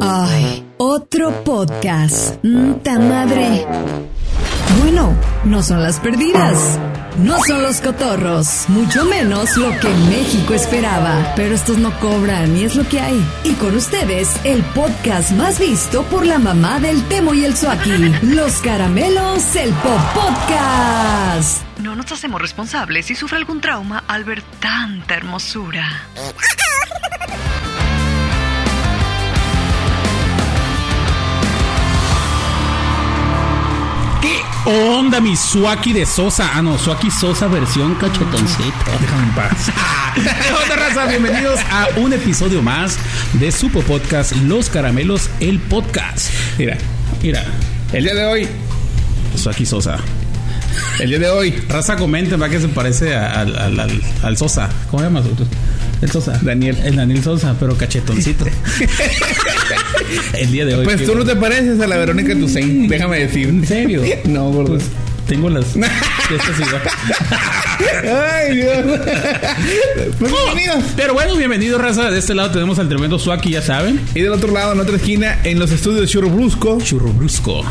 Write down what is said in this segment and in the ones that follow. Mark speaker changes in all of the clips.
Speaker 1: Ay, otro podcast. ¡Mta madre! Bueno, no son las perdidas. No son los cotorros, mucho menos lo que México esperaba. Pero estos no cobran y es lo que hay. Y con ustedes, el podcast más visto por la mamá del Temo y el Suaki. Los caramelos, el Pop Podcast. No nos hacemos responsables si sufre algún trauma al ver tanta hermosura.
Speaker 2: ¿Qué onda, mi Suaki de Sosa? Ah, no, Suaki Sosa versión cachetoncita.
Speaker 3: Déjame en paz.
Speaker 2: ¿Qué onda, raza? Bienvenidos a un episodio más de su podcast, Los Caramelos, el podcast. Mira, mira,
Speaker 3: El día de hoy,
Speaker 2: Suaki Sosa.
Speaker 3: el día de hoy,
Speaker 2: Raza, comenten, ¿va que se parece a- al, al- al- al Sosa? ¿Cómo llamas tú? El Sosa. Daniel. El Daniel Sosa, pero cachetoncito. el día de hoy.
Speaker 3: pues
Speaker 2: ¿qué
Speaker 3: tú no
Speaker 2: onda?
Speaker 3: te pareces a la Verónica Toussaint, déjame decir.
Speaker 2: ¿En serio?
Speaker 3: No, gordo.
Speaker 2: Pues, tengo las... estas igual.
Speaker 3: Ay, Dios. Pues bienvenidos.
Speaker 2: Pero bueno, bienvenido, raza. De este lado tenemos al tremendo Suaki, ya saben.
Speaker 3: Y del otro lado, en otra esquina, en los estudios Churrubrusco,
Speaker 2: Churrubrusco.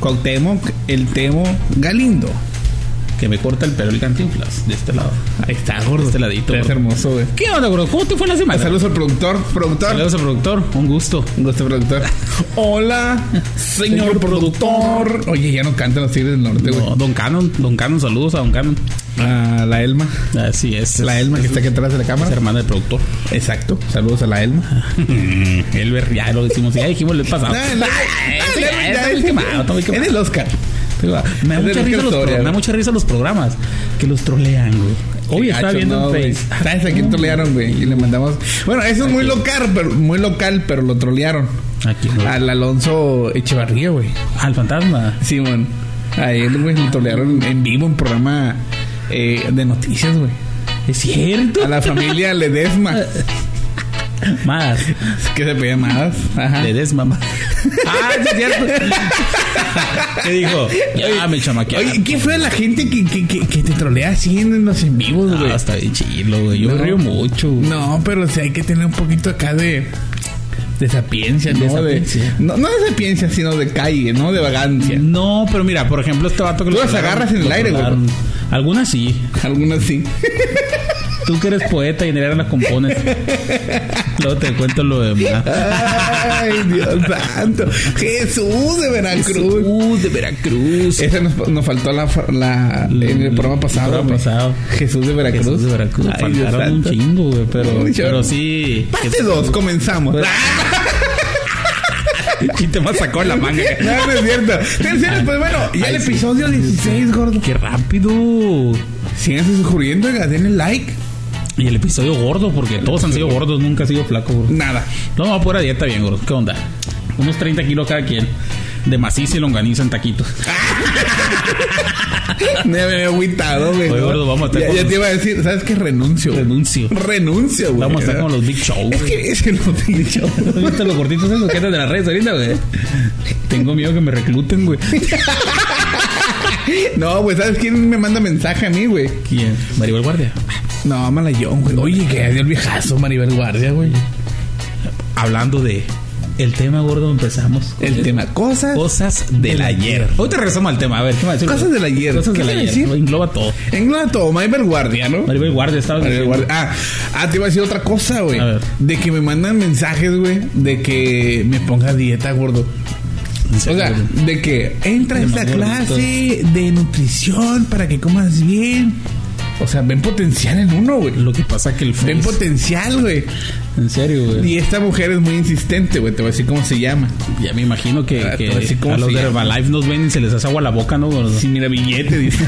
Speaker 3: Cuauhtémoc, el Temo Galindo.
Speaker 2: Que me corta el pelo el cantinflas de este lado.
Speaker 3: Ahí está,
Speaker 2: De este ladito.
Speaker 3: Es
Speaker 2: gordo.
Speaker 3: hermoso, güey.
Speaker 2: ¿Qué onda, gordo? ¿Cómo te fue la semana?
Speaker 3: Saludos al productor, productor.
Speaker 2: Saludos al productor. Un gusto.
Speaker 3: Un gusto, productor. Hola, señor
Speaker 2: Señor
Speaker 3: productor. Oye, ya no cantan los Tigres del Norte, güey.
Speaker 2: No, don Canon. Don Canon, saludos a Don Canon.
Speaker 3: Ah, la Elma.
Speaker 2: Así es.
Speaker 3: La Elma que está aquí atrás de la
Speaker 2: Es
Speaker 3: cámara.
Speaker 2: hermana del productor.
Speaker 3: Exacto. Saludos a la Elma.
Speaker 2: Elber, ya lo decimos. Ya dijimos el pasado.
Speaker 3: No, el-
Speaker 2: Ah,
Speaker 3: el-
Speaker 2: ese
Speaker 3: el-
Speaker 2: ya está
Speaker 3: el-
Speaker 2: muy quemado, está muy
Speaker 3: En
Speaker 2: quemado.
Speaker 3: el Oscar.
Speaker 2: Te digo, Me da,
Speaker 3: Es
Speaker 2: mucha
Speaker 3: de
Speaker 2: risa
Speaker 3: los que
Speaker 2: los pro-
Speaker 3: historia,
Speaker 2: me da
Speaker 3: güey.
Speaker 2: mucha risa los programas que los trolean, güey. Hoy
Speaker 3: Qué
Speaker 2: estaba
Speaker 3: gacho,
Speaker 2: viendo
Speaker 3: no,
Speaker 2: en
Speaker 3: güey.
Speaker 2: Face.
Speaker 3: ¿Sabes a quién trolearon, güey? Y le mandamos. Bueno, eso es muy local, pero muy local, pero lo trolearon.
Speaker 2: ¿A quién?
Speaker 3: Al Alonso Echevarría, güey.
Speaker 2: Al fantasma.
Speaker 3: Simón. A él, güey, lo trolearon en vivo en programa eh, de noticias, güey.
Speaker 2: Es cierto.
Speaker 3: A la familia Ledesma,
Speaker 2: Más.
Speaker 3: que se pedía más. Ajá.
Speaker 2: Le des mamá. Ah, sí, es cierto. ¿Qué dijo? Ya me chamaquearon.
Speaker 3: Oye, ¿qué fue la gente que, que, que, que te trolea así en los en vivos,
Speaker 2: Ah,
Speaker 3: güey?
Speaker 2: está bien chilo, güey. Yo
Speaker 3: No.
Speaker 2: me río mucho. güey.
Speaker 3: No, pero o sea, hay que tener un poquito acá de. De sapiencia, ¿no?
Speaker 2: De
Speaker 3: De
Speaker 2: sapiencia.
Speaker 3: no, no de sapiencia, sino de calle, ¿no? De vagancia.
Speaker 2: No, pero mira, por ejemplo, este vato que
Speaker 3: Tú
Speaker 2: lo
Speaker 3: las
Speaker 2: trolearon,
Speaker 3: agarras en el
Speaker 2: lo
Speaker 3: aire, güey.
Speaker 2: trolearon. Algunas sí.
Speaker 3: Algunos sí.
Speaker 2: Tú que eres poeta y en el aire las compones. Luego te cuento lo demás.
Speaker 3: Ay, Dios santo. Jesús de Veracruz.
Speaker 2: Cruz de Veracruz.
Speaker 3: Esa nos, nos faltó la, fa- la-
Speaker 2: La-
Speaker 3: en el programa
Speaker 2: el
Speaker 3: pasado.
Speaker 2: programa
Speaker 3: güey.
Speaker 2: pasado.
Speaker 3: Jesús de Veracruz.
Speaker 2: Jesús de Veracruz.
Speaker 3: Ay, Dios
Speaker 2: Faltaron un
Speaker 3: santo.
Speaker 2: chingo, güey. Pero,
Speaker 3: Mucho.
Speaker 2: pero sí.
Speaker 3: Parte 2, comenzamos. Ah,
Speaker 2: Y te más sacó la manga.
Speaker 3: No, no es cierto. Tercero, pues bueno, ya el
Speaker 2: Ay, sí.
Speaker 3: episodio 16, gordo.
Speaker 2: Qué rápido.
Speaker 3: Síganse suscribiendo, oiga, denle like.
Speaker 2: Y el episodio gordo, porque todos han sido gordos, nunca ha sido flaco, gordo.
Speaker 3: Nada.
Speaker 2: No, va pura dieta bien, gordo. ¿Qué onda? Unos 30 kilos cada quien. De macizo y longaniza en taquitos.
Speaker 3: Me había agüitado, güey.
Speaker 2: Oye,
Speaker 3: ¿no?
Speaker 2: gordo, vamos a estar
Speaker 3: ya,
Speaker 2: con
Speaker 3: ya
Speaker 2: los-
Speaker 3: te iba a decir, ¿sabes qué? Renuncio. güey.
Speaker 2: Renuncio.
Speaker 3: Renuncio, güey.
Speaker 2: Vamos a estar como los Big Show.
Speaker 3: Es
Speaker 2: güey.
Speaker 3: que ese no te he dicho.
Speaker 2: ¿Viste los gorditos esos que andan de las redes ahorita, güey? Tengo miedo que me recluten, güey.
Speaker 3: No, güey, ¿sabes quién me manda mensaje a mí, güey?
Speaker 2: ¿Quién? eh, Maribel Guardia.
Speaker 3: No, Malayón, güey. Oye, que dio el viejazo Maribel Guardia, güey.
Speaker 2: Hablando de el tema gordo, empezamos. con
Speaker 3: El tema, cosas.
Speaker 2: Oh. Cosas del ayer. Hoy te regresamos al tema, a ver, ¿qué más?
Speaker 3: Cosas del ayer.
Speaker 2: Cosas
Speaker 3: ¿Qué
Speaker 2: del
Speaker 3: quiere
Speaker 2: ayer.
Speaker 3: decir?
Speaker 2: Engloba todo.
Speaker 3: Engloba todo, Maribel Guardia, ¿no?
Speaker 2: Maribel Guardia, estaba
Speaker 3: Maribel
Speaker 2: diciendo.
Speaker 3: Guardia. Ah, ah, te iba a decir otra cosa, güey.
Speaker 2: A ver.
Speaker 3: De que me mandan mensajes, güey, de que me ponga a dieta, gordo.
Speaker 2: En
Speaker 3: O
Speaker 2: serio,
Speaker 3: sea,
Speaker 2: güey.
Speaker 3: de que entra a
Speaker 2: De
Speaker 3: esta
Speaker 2: más
Speaker 3: clase de nutrición para que comas bien. O sea, ven potencial en uno, güey.
Speaker 2: lo que pasa que el
Speaker 3: Ven
Speaker 2: Face-
Speaker 3: potencial, güey.
Speaker 2: En serio, güey.
Speaker 3: Y esta mujer es muy insistente, güey. Te voy a decir cómo se llama.
Speaker 2: Ya me imagino que,
Speaker 3: Ah,
Speaker 2: que
Speaker 3: todo así como
Speaker 2: a los
Speaker 3: se
Speaker 2: de
Speaker 3: llama.
Speaker 2: Herbalife nos ven y se les hace agua la boca, ¿no? gordo?
Speaker 3: Sí, mira, billete, dice.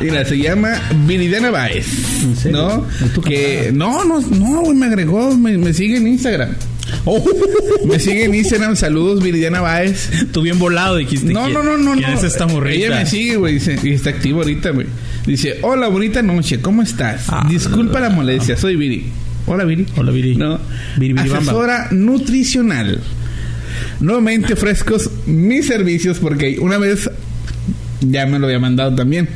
Speaker 3: Mira, se llama Viridiana Baez.
Speaker 2: ¿En serio?
Speaker 3: ¿No?
Speaker 2: ¿Es tu
Speaker 3: Que, no, no, no, güey, me agregó, me, me sigue en Instagram.
Speaker 2: Oh.
Speaker 3: me sigue en Instagram, saludos Viridiana Baez.
Speaker 2: Tú bien volado dijiste.
Speaker 3: No,
Speaker 2: ¿quién-
Speaker 3: no, no, no.
Speaker 2: ¿Quién
Speaker 3: no.
Speaker 2: es esta morrita?
Speaker 3: Ella me sigue, güey, dice, y está activa ahorita, güey. Dice, hola, bonita noche, ¿cómo estás?
Speaker 2: Ah,
Speaker 3: Disculpa la molestia, soy Viri. Hola, Viri.
Speaker 2: Hola, Viri.
Speaker 3: No.
Speaker 2: Viri, Viri, bamba.
Speaker 3: Asesora nutricional. Nuevamente ofrezco mis servicios porque una vez ya me lo había mandado también.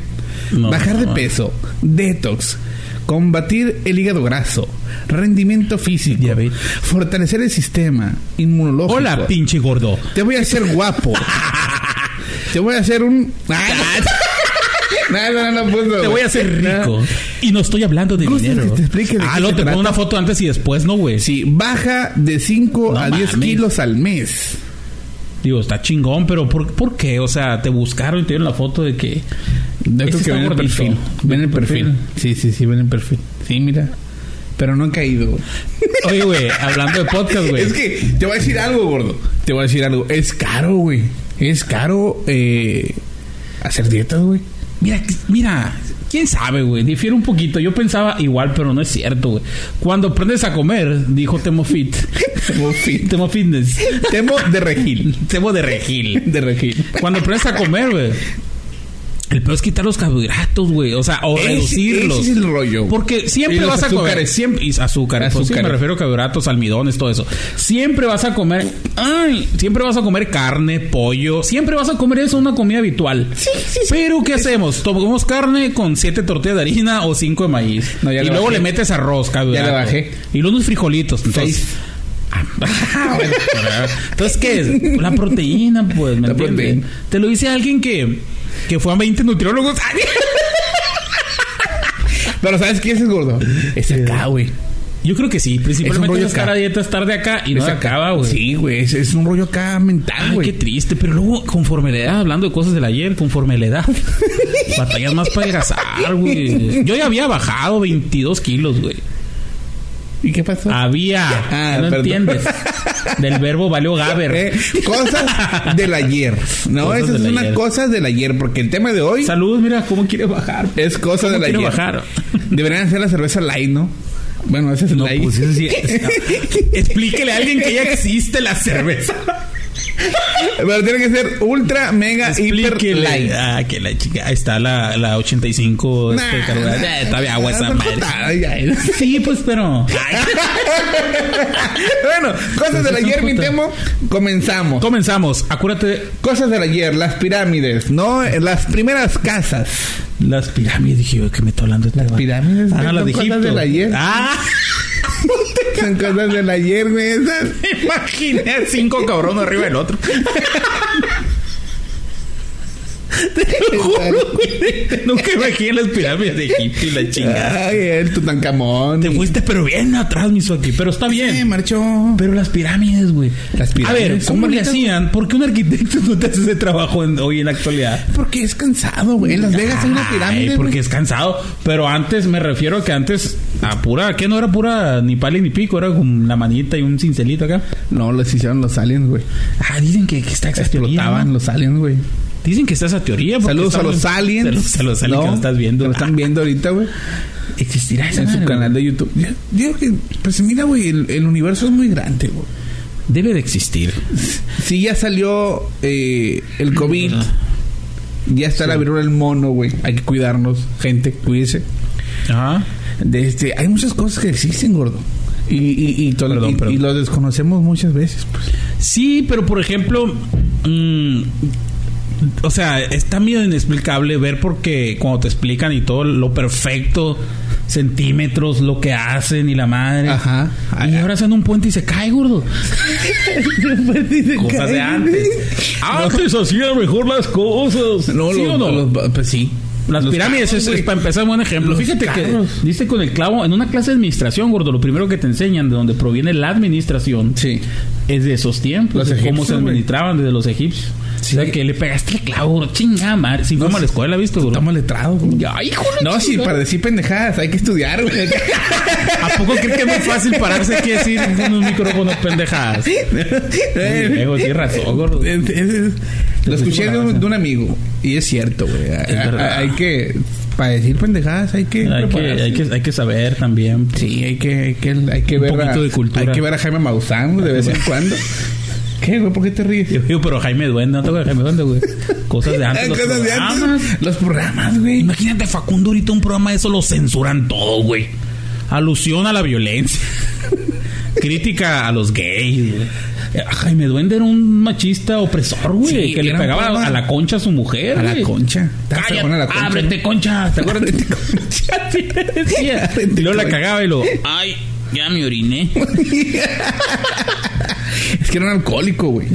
Speaker 2: No,
Speaker 3: Bajar de
Speaker 2: no.
Speaker 3: peso, detox, combatir el hígado graso, rendimiento físico,
Speaker 2: Ya ve.
Speaker 3: fortalecer el sistema inmunológico.
Speaker 2: Hola, pinche gordo.
Speaker 3: Te voy a hacer guapo. Te voy a hacer un. Ah, no, no, no, no, puto,
Speaker 2: Te
Speaker 3: güey.
Speaker 2: voy a hacer rico. Y no estoy hablando de
Speaker 3: Gusta
Speaker 2: dinero.
Speaker 3: que te explique de
Speaker 2: ah,
Speaker 3: qué
Speaker 2: no,
Speaker 3: se
Speaker 2: te
Speaker 3: trata.
Speaker 2: pongo una foto antes y después, ¿no, güey?
Speaker 3: Sí, baja de 5
Speaker 2: No
Speaker 3: a 10
Speaker 2: mames.
Speaker 3: kilos al mes.
Speaker 2: Digo, está chingón, pero ¿por, por qué? O sea, te buscaron y te dieron la foto de que...
Speaker 3: Yo creo
Speaker 2: Ese
Speaker 3: que
Speaker 2: está
Speaker 3: ven el
Speaker 2: gordito.
Speaker 3: perfil. Ven el perfil.
Speaker 2: perfil.
Speaker 3: Sí, sí, sí, ven el perfil. Sí, mira. Pero no han caído.
Speaker 2: Oye, güey, hablando de podcast, güey.
Speaker 3: Es que te voy a decir algo, gordo. Te voy a decir algo. Es caro, güey. Es caro eh, hacer dietas, güey.
Speaker 2: Mira, mira, quién sabe, güey. Difiere un poquito. Yo pensaba igual, pero no es cierto, güey. Cuando aprendes a comer, dijo Temo Fit.
Speaker 3: Temo fit.
Speaker 2: Temo Fitness.
Speaker 3: Temo de regil.
Speaker 2: Temo de Regil.
Speaker 3: De regil.
Speaker 2: Cuando aprendes a comer, güey. El peor es quitar los carbohidratos, güey. O sea, o
Speaker 3: Ese-
Speaker 2: reducirlos.
Speaker 3: ese es el rollo.
Speaker 2: Porque
Speaker 3: Y
Speaker 2: siempre
Speaker 3: los
Speaker 2: vas a comer.
Speaker 3: azúcares.
Speaker 2: Siempre, y azúcares. Pues sí,
Speaker 3: Azúcares.
Speaker 2: me refiero a carbohidratos, almidones, todo eso. Siempre vas a comer. Ay, siempre vas a comer carne, pollo. Siempre vas a comer eso, una comida habitual. Pero, ¿qué hacemos? Tomamos carne con siete tortillas de harina o cinco de maíz.
Speaker 3: No, ya
Speaker 2: y
Speaker 3: le
Speaker 2: luego
Speaker 3: bajé.
Speaker 2: le metes arroz,
Speaker 3: Ya
Speaker 2: carbohidrato.
Speaker 3: le bajé.
Speaker 2: Y luego unos frijolitos. Entonces,
Speaker 3: Face.
Speaker 2: Ah, bueno, pero, Entonces, ¿qué es? La proteína, pues, ¿me
Speaker 3: La
Speaker 2: entiendes?
Speaker 3: proteína.
Speaker 2: Te lo dice alguien que, que fue a 20 nutriólogos. ¡Ay!
Speaker 3: Pero ¿sabes quién es el gordo? Eh, Es acá, güey.
Speaker 2: Yo creo que sí. Principalmente
Speaker 3: rollo
Speaker 2: no estar
Speaker 3: acá.
Speaker 2: a dieta, estar de acá y
Speaker 3: Es
Speaker 2: no de
Speaker 3: acá.
Speaker 2: acá, güey.
Speaker 3: Sí, güey. Es, es un rollo acá mental,
Speaker 2: Ay, qué
Speaker 3: güey.
Speaker 2: triste. Pero luego, conforme la edad, hablando de cosas del ayer, conforme la edad, batallas más para adelgazar, güey. Yo ya había bajado 22 kilos, güey.
Speaker 3: ¿Y qué pasó?
Speaker 2: Había.
Speaker 3: Ah,
Speaker 2: no
Speaker 3: perdón.
Speaker 2: entiendes. Del verbo valió Gaber.
Speaker 3: Eh, cosas del ayer. No,
Speaker 2: Cosas
Speaker 3: esas
Speaker 2: del
Speaker 3: son una
Speaker 2: ayer.
Speaker 3: cosa del ayer, porque el tema de hoy
Speaker 2: Salud, mira cómo quiere bajar.
Speaker 3: es cosa
Speaker 2: ¿Cómo
Speaker 3: del
Speaker 2: quiere
Speaker 3: ayer.
Speaker 2: bajar?
Speaker 3: Deberían hacer la cerveza light, ¿no? Bueno, esa es
Speaker 2: No,
Speaker 3: light.
Speaker 2: pues eso sí es- no. Explíquele a alguien que ya existe la cerveza.
Speaker 3: Pero tiene que ser ultra, mega, hiper light.
Speaker 2: Explíquele. Ah, que la chica. Ahí está la, la 85.
Speaker 3: Nah,
Speaker 2: este, cargada.
Speaker 3: nah,
Speaker 2: Eh, Está de agua esa
Speaker 3: no,
Speaker 2: madre.
Speaker 3: nada, ya.
Speaker 2: Sí, pues, pero.
Speaker 3: bueno, cosas del ayer, mi temo. Comenzamos.
Speaker 2: Comenzamos. Acuérdate
Speaker 3: Cosas del ayer, las pirámides, ¿no? Las primeras casas.
Speaker 2: las pirámides. Dije yo que me está hablando este Las
Speaker 3: pirámides,
Speaker 2: Ah,
Speaker 3: güey,
Speaker 2: las
Speaker 3: son
Speaker 2: de Egipto.
Speaker 3: cosas del ayer.
Speaker 2: Ah,
Speaker 3: Son cosas del ayer, güey. Esas.
Speaker 2: me imaginé cinco cabrones arriba del otro. Te lo juro, güey. Nunca imaginé las pirámides de Egipto y la chingada.
Speaker 3: Ay, el Tutankamón.
Speaker 2: Te fuiste, pero bien atrás, mi aquí. Pero está
Speaker 3: Eh,
Speaker 2: bien.
Speaker 3: marchó.
Speaker 2: Pero las pirámides, güey.
Speaker 3: Las pirámides
Speaker 2: A ver,
Speaker 3: son
Speaker 2: ¿cómo le
Speaker 3: bonitas,
Speaker 2: hacían? ¿Por qué un arquitecto no te hace ese trabajo en- hoy en la actualidad?
Speaker 3: Porque es cansado, güey. En Las Vegas hay una
Speaker 2: Ay,
Speaker 3: pirámide.
Speaker 2: porque
Speaker 3: güey.
Speaker 2: es cansado. Pero antes me refiero a que antes, a pura, que no era pura ni pali ni pico, era con la manita y un cincelito acá.
Speaker 3: No, los hicieron los aliens, güey.
Speaker 2: Ah, dicen que, que está esa teoría.
Speaker 3: Explotaban
Speaker 2: ¿no?
Speaker 3: los aliens, güey.
Speaker 2: Dicen que está esa teoría. porque
Speaker 3: Saludos a
Speaker 2: estamos-
Speaker 3: los aliens. Ah,
Speaker 2: Saludos a los aliens que nos estás viendo.
Speaker 3: que Nos están viendo ahorita, güey.
Speaker 2: ¿Existirá esa
Speaker 3: En su
Speaker 2: madre,
Speaker 3: canal
Speaker 2: güey?
Speaker 3: de YouTube. Yo digo que, pues mira, güey, el, el universo es muy grande, güey.
Speaker 2: Debe de existir.
Speaker 3: Si ya salió eh, el COVID, ya está la viruela del mono, güey. Hay que cuidarnos, gente, cuídese.
Speaker 2: Ajá.
Speaker 3: De este, hay muchas cosas que existen, gordo. Y, y, y, to-
Speaker 2: Perdón,
Speaker 3: y-
Speaker 2: perdón.
Speaker 3: y lo desconocemos muchas veces, pues.
Speaker 2: Sí, pero por ejemplo, mm, o sea, está medio inexplicable ver porque cuando te explican y todo lo perfecto, centímetros, lo que hacen y la madre.
Speaker 3: Ajá.
Speaker 2: Y ahora hacen un puente y se cae, gordo. Pues Cosas de antes. Ah, Antes hacían mejor las cosas.
Speaker 3: No,
Speaker 2: ¿Sí
Speaker 3: los-
Speaker 2: o no?
Speaker 3: los- pues sí.
Speaker 2: Las
Speaker 3: Los
Speaker 2: pirámides
Speaker 3: carros,
Speaker 2: es- es,
Speaker 3: güey.
Speaker 2: para empezar un buen ejemplo.
Speaker 3: Los
Speaker 2: Fíjate
Speaker 3: carros.
Speaker 2: que diste con el clavo en una clase de administración, gordo. Lo primero que te enseñan de donde proviene la administración
Speaker 3: Sí.
Speaker 2: es de esos tiempos,
Speaker 3: Los
Speaker 2: de cómo
Speaker 3: egipcios,
Speaker 2: se
Speaker 3: güey.
Speaker 2: administraban desde los egipcios.
Speaker 3: Sí.
Speaker 2: O sea, que le pegaste el clavo, gordo. Chinga, madre. Si
Speaker 3: No,
Speaker 2: fuimos a
Speaker 3: sí.
Speaker 2: la escuela, ¿viste, gordo?
Speaker 3: Estamos letrados, güey.
Speaker 2: Ya, hijo de
Speaker 3: No,
Speaker 2: la
Speaker 3: sí,
Speaker 2: chingada.
Speaker 3: para decir pendejadas, hay que estudiar, güey.
Speaker 2: ¿A poco crees que es muy fácil pararse aquí y decir en un micrófono pendejadas?
Speaker 3: Eh,
Speaker 2: Diego, tienes razón, gordo.
Speaker 3: es- es- Lo escuché de un, de un amigo y es cierto, güey. A-
Speaker 2: verdad.
Speaker 3: a- Hay que, para decir pendejadas, hay que.
Speaker 2: Hay que,
Speaker 3: prepararse.
Speaker 2: hay, que, hay que saber también.
Speaker 3: Sí, hay que, hay que, hay que
Speaker 2: Un
Speaker 3: ver.
Speaker 2: poquito
Speaker 3: a,
Speaker 2: de cultura.
Speaker 3: Hay que ver a Jaime Maussan de vez en cuando. ¿Qué, güey? ¿Por qué te ríes?
Speaker 2: Yo digo, pero Jaime Duende, no toca Jaime Duende, güey. Cosas de antes.
Speaker 3: Eh,
Speaker 2: los
Speaker 3: cosas de antes.
Speaker 2: programas.
Speaker 3: Los programas, güey.
Speaker 2: Imagínate Facundo ahorita un programa de eso lo censuran todo, güey. Alusión a la violencia. Crítica a los gays. güey. Eh, Jaime Duende era un machista opresor, güey.
Speaker 3: Sí,
Speaker 2: que le
Speaker 3: era un
Speaker 2: pegaba
Speaker 3: programa-
Speaker 2: a la concha a su mujer.
Speaker 3: A la
Speaker 2: güey.
Speaker 3: concha. Está
Speaker 2: Cállate,
Speaker 3: fregona la concha,
Speaker 2: ábrete,
Speaker 3: ¿no?
Speaker 2: concha. ¿Te acuerdas?
Speaker 3: Acuérdate,
Speaker 2: Sí, decía. y luego la cagaba y lo. Ay, Ya me oriné.
Speaker 3: Es que era un alcohólico, güey.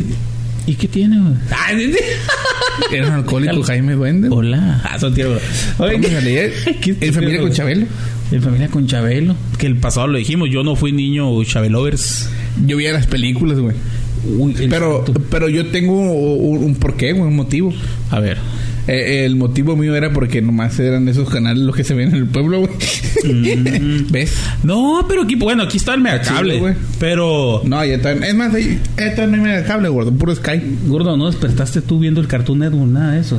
Speaker 2: ¿Y qué tiene? güey?
Speaker 3: Ah, Era un alcohólico Jaime Duende.
Speaker 2: Hola. Ah, son tíos, bro. Oye,
Speaker 3: Vamos a leer.
Speaker 2: ¿Qué
Speaker 3: En
Speaker 2: estúpido,
Speaker 3: familia con
Speaker 2: güey?
Speaker 3: Chabelo.
Speaker 2: En familia con Chabelo. Que el pasado lo dijimos, yo no fui niño Chabelovers.
Speaker 3: Yo veía las películas, güey.
Speaker 2: Uy, el
Speaker 3: Pero,
Speaker 2: santo.
Speaker 3: pero yo tengo un, un porqué, güey, un motivo.
Speaker 2: A ver.
Speaker 3: Eh, el motivo mío era porque nomás eran esos canales los que se ven en el pueblo, güey.
Speaker 2: Mm.
Speaker 3: ¿Ves?
Speaker 2: No, pero aquí, bueno, aquí está el mega cable.
Speaker 3: chido, güey.
Speaker 2: pero.
Speaker 3: No, ya están. Es más, ahí ahí está no hay cable, gordo. Puro Sky.
Speaker 2: Gordo, ¿no despertaste tú viendo el Cartoon Network? Nada de eso.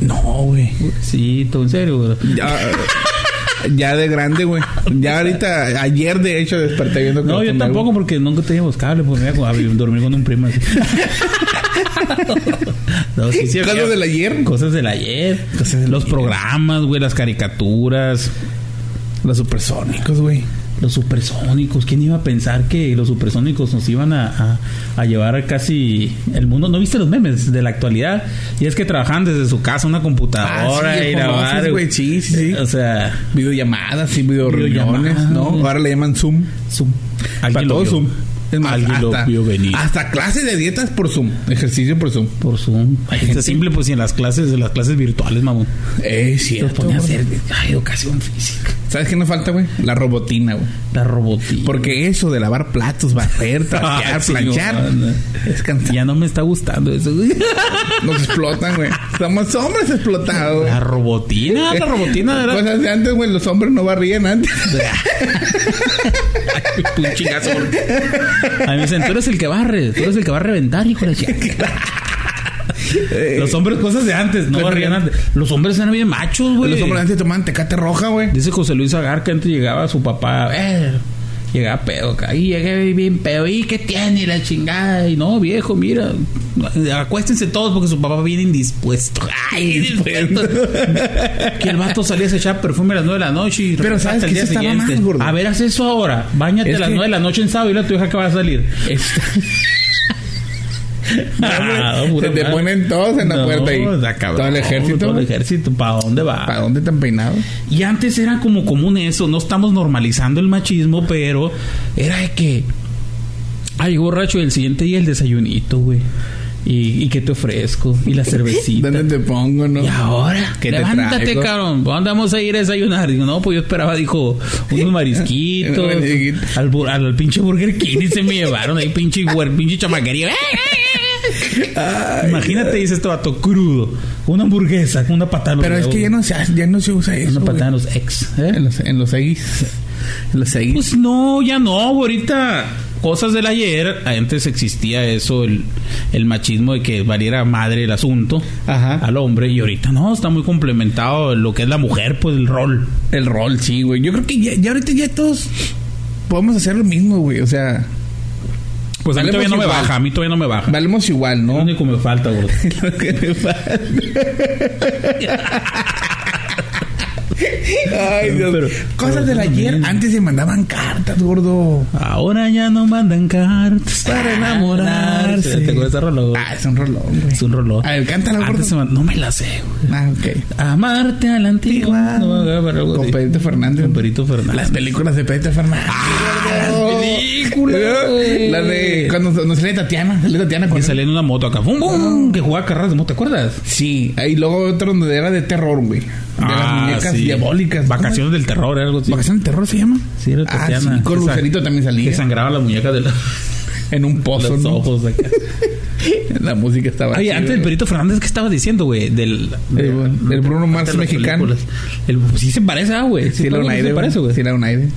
Speaker 3: No, güey.
Speaker 2: Sí, todo en serio, gordo.
Speaker 3: Ya, ya de grande, güey. Ya ahorita, ayer de hecho desperté viendo
Speaker 2: No,
Speaker 3: Cartoon
Speaker 2: yo
Speaker 3: Network.
Speaker 2: tampoco porque nunca teníamos cable, pues me iba a dormir con un primo así. no, sí, sí,
Speaker 3: ¿Cosas
Speaker 2: había-
Speaker 3: del ayer?
Speaker 2: Cosas del ayer. los programas, güey, las caricaturas.
Speaker 3: Los supersónicos, güey.
Speaker 2: Los supersónicos, ¿quién iba a pensar que los supersónicos nos iban a, a- a llevar a casi el mundo? ¿No viste los memes de la actualidad? Y es que trabajan desde su casa una computadora
Speaker 3: Ah, sí,
Speaker 2: y
Speaker 3: conoces,
Speaker 2: grabar.
Speaker 3: güey, sí, sí, sí.
Speaker 2: O sea,
Speaker 3: Videollamadas y videoreuniones,
Speaker 2: Videollamadas.
Speaker 3: ¿no? Ahora le llaman Zoom.
Speaker 2: Zoom.
Speaker 3: Para
Speaker 2: Alguien lo
Speaker 3: todo
Speaker 2: vio.
Speaker 3: Zoom. Es más,
Speaker 2: Alguien lo
Speaker 3: hasta-
Speaker 2: vio venir.
Speaker 3: Hasta clases de dietas por Zoom. Ejercicio por Zoom.
Speaker 2: Por Zoom. Ay,
Speaker 3: gente-
Speaker 2: es simple, pues, y en las clases, en las clases virtuales, mamón.
Speaker 3: Es
Speaker 2: Los
Speaker 3: cierto.
Speaker 2: pone a
Speaker 3: güey.
Speaker 2: hacer ay, educación física.
Speaker 3: ¿Sabes qué nos falta, güey? La robotina, güey.
Speaker 2: La robotilla.
Speaker 3: Porque eso de lavar platos, barrer, trapear,
Speaker 2: Ah, sí,
Speaker 3: planchar,
Speaker 2: no, no.
Speaker 3: es cansado.
Speaker 2: Ya no me está gustando eso.
Speaker 3: Nos explotan, güey. Somos hombres explotados.
Speaker 2: La robotina, la robotina era
Speaker 3: Cosas de antes, güey. Los hombres no barrían antes.
Speaker 2: un chingazo. A mí me dicen, tú eres el que barre, tú eres el que va a reventar, hijo de la chingada".
Speaker 3: Eh,
Speaker 2: Los hombres, cosas de antes, no
Speaker 3: Pero-
Speaker 2: barrían antes. Los hombres eran bien machos, güey.
Speaker 3: Los hombres antes tomaban tecate roja, güey.
Speaker 2: Dice José Luis Agar que antes llegaba su papá, eh, llegaba pedo acá, y llegué bien pedo, y qué tiene Y la chingada, y no, viejo, mira, acuéstense todos porque su papá viene indispuesto. Ay, indispuesto. que el vato salía a echar perfume a las 9 de la noche y
Speaker 3: Pero
Speaker 2: regresaba
Speaker 3: ¿sabes
Speaker 2: hasta el
Speaker 3: qué?
Speaker 2: día
Speaker 3: Eso estaba
Speaker 2: siguiente.
Speaker 3: mal, gordo.
Speaker 2: A ver, haz eso ahora, bañate
Speaker 3: Es
Speaker 2: a las
Speaker 3: que- Este
Speaker 2: 9 de la noche en sábado y la tu hija que va a salir. Ah,
Speaker 3: Se
Speaker 2: pura
Speaker 3: te
Speaker 2: madre.
Speaker 3: ponen todos en la
Speaker 2: No,
Speaker 3: puerta ahí.
Speaker 2: está cabrón,
Speaker 3: Todo el ejército.
Speaker 2: Todo el
Speaker 3: güey.
Speaker 2: ejército, ¿para dónde va?
Speaker 3: ¿Para dónde tan peinados?
Speaker 2: Y antes era como común eso, no estamos normalizando el machismo, pero era de que. Ay, borracho, el siguiente día el desayunito, güey. ¿Y, y qué te ofrezco? Y la cervecita.
Speaker 3: ¿Dónde te pongo, no?
Speaker 2: ¿Y ahora?
Speaker 3: ¿Qué te
Speaker 2: Levántate,
Speaker 3: traigo?
Speaker 2: cabrón. ¿Dónde vamos a ir a desayunar? Digo, no, pues yo esperaba, dijo, unos marisquitos. al, bur- al, al pinche Burger King y se me llevaron ahí, pinche, huer- pinche chamaquería. Imagínate, dice este vato crudo. Una hamburguesa con una patada. en los
Speaker 3: Pero es
Speaker 2: huevos,
Speaker 3: que ya no se, hace- ya no se usa eso.
Speaker 2: Una
Speaker 3: güey.
Speaker 2: patada en los ex. ¿eh?
Speaker 3: En los, en los seguis. En los seguis.
Speaker 2: Pues no, ya no, güey, ahorita cosas del ayer, antes existía eso, el, el machismo de que valiera madre el asunto
Speaker 3: Ajá.
Speaker 2: al hombre y ahorita no, está muy complementado lo que es la mujer, pues el rol.
Speaker 3: El rol, sí, güey. Yo creo que ya, ya ahorita ya todos podemos hacer lo mismo, güey. O sea,
Speaker 2: Pues a mí
Speaker 3: Valemos
Speaker 2: todavía no me
Speaker 3: igual.
Speaker 2: baja, a mí todavía no me baja.
Speaker 3: valemos igual,
Speaker 2: Lo
Speaker 3: ¿no?
Speaker 2: único que me falta, gordo.
Speaker 3: Lo que me falta. Ay, Dios.
Speaker 2: Pero-
Speaker 3: Cosas
Speaker 2: pero
Speaker 3: del ayer.
Speaker 2: también.
Speaker 3: Antes se mandaban cartas, gordo.
Speaker 2: Ahora ya no mandan cartas para enamorarse.
Speaker 3: enamorarse.
Speaker 2: ¿Te acuerdas de ese rolón?
Speaker 3: Ah, es un rolón, güey.
Speaker 2: Es un rolón.
Speaker 3: A ver, cántala, gordo.
Speaker 2: Antes se man- No me la sé, güey.
Speaker 3: Ah, ok.
Speaker 2: Amarte a la antigua. No, güey, pero algo
Speaker 3: Con
Speaker 2: así.
Speaker 3: Pedrito Fernández.
Speaker 2: Con Perito Fernández.
Speaker 3: Las películas de Pedrito Fernández.
Speaker 2: las películas, güey.
Speaker 3: Ah, Eh, La de. Cuando nos sale Tatiana. Sale Tatiana con
Speaker 2: Que
Speaker 3: él.
Speaker 2: salía en una moto acá. ¡Bum, bum! Que jugaba carreras de moto, ¿te acuerdas?
Speaker 3: Sí, ahí luego otro donde era de terror, güey. De las muñecas
Speaker 2: Ah, sí.
Speaker 3: diabólicas. ¿Cómo
Speaker 2: Vacaciones del terror, algo
Speaker 3: es?
Speaker 2: así.
Speaker 3: ¿Vacaciones de terror se llama?
Speaker 2: Sí, era
Speaker 3: Ah,
Speaker 2: Tatiana.
Speaker 3: sí, con
Speaker 2: Que sa-
Speaker 3: Lucerito también
Speaker 2: Que
Speaker 3: salía.
Speaker 2: sangraba la muñeca de la-
Speaker 3: En un pozo,
Speaker 2: los
Speaker 3: ¿no?
Speaker 2: ojos acá.
Speaker 3: La música estaba.
Speaker 2: Ay,
Speaker 3: chida,
Speaker 2: antes del
Speaker 3: güey.
Speaker 2: Perito Fernández, ¿qué estabas diciendo, güey? Del,
Speaker 3: Eh, El-
Speaker 2: de-
Speaker 3: el Bruno
Speaker 2: antes
Speaker 3: Mars
Speaker 2: de las
Speaker 3: mexicano.
Speaker 2: películas. El- sí se parece, ah, güey.
Speaker 3: Sí, era un aire.
Speaker 2: se
Speaker 3: güey.
Speaker 2: parece, güey.
Speaker 3: Sí,
Speaker 2: Sí,
Speaker 3: era un aire.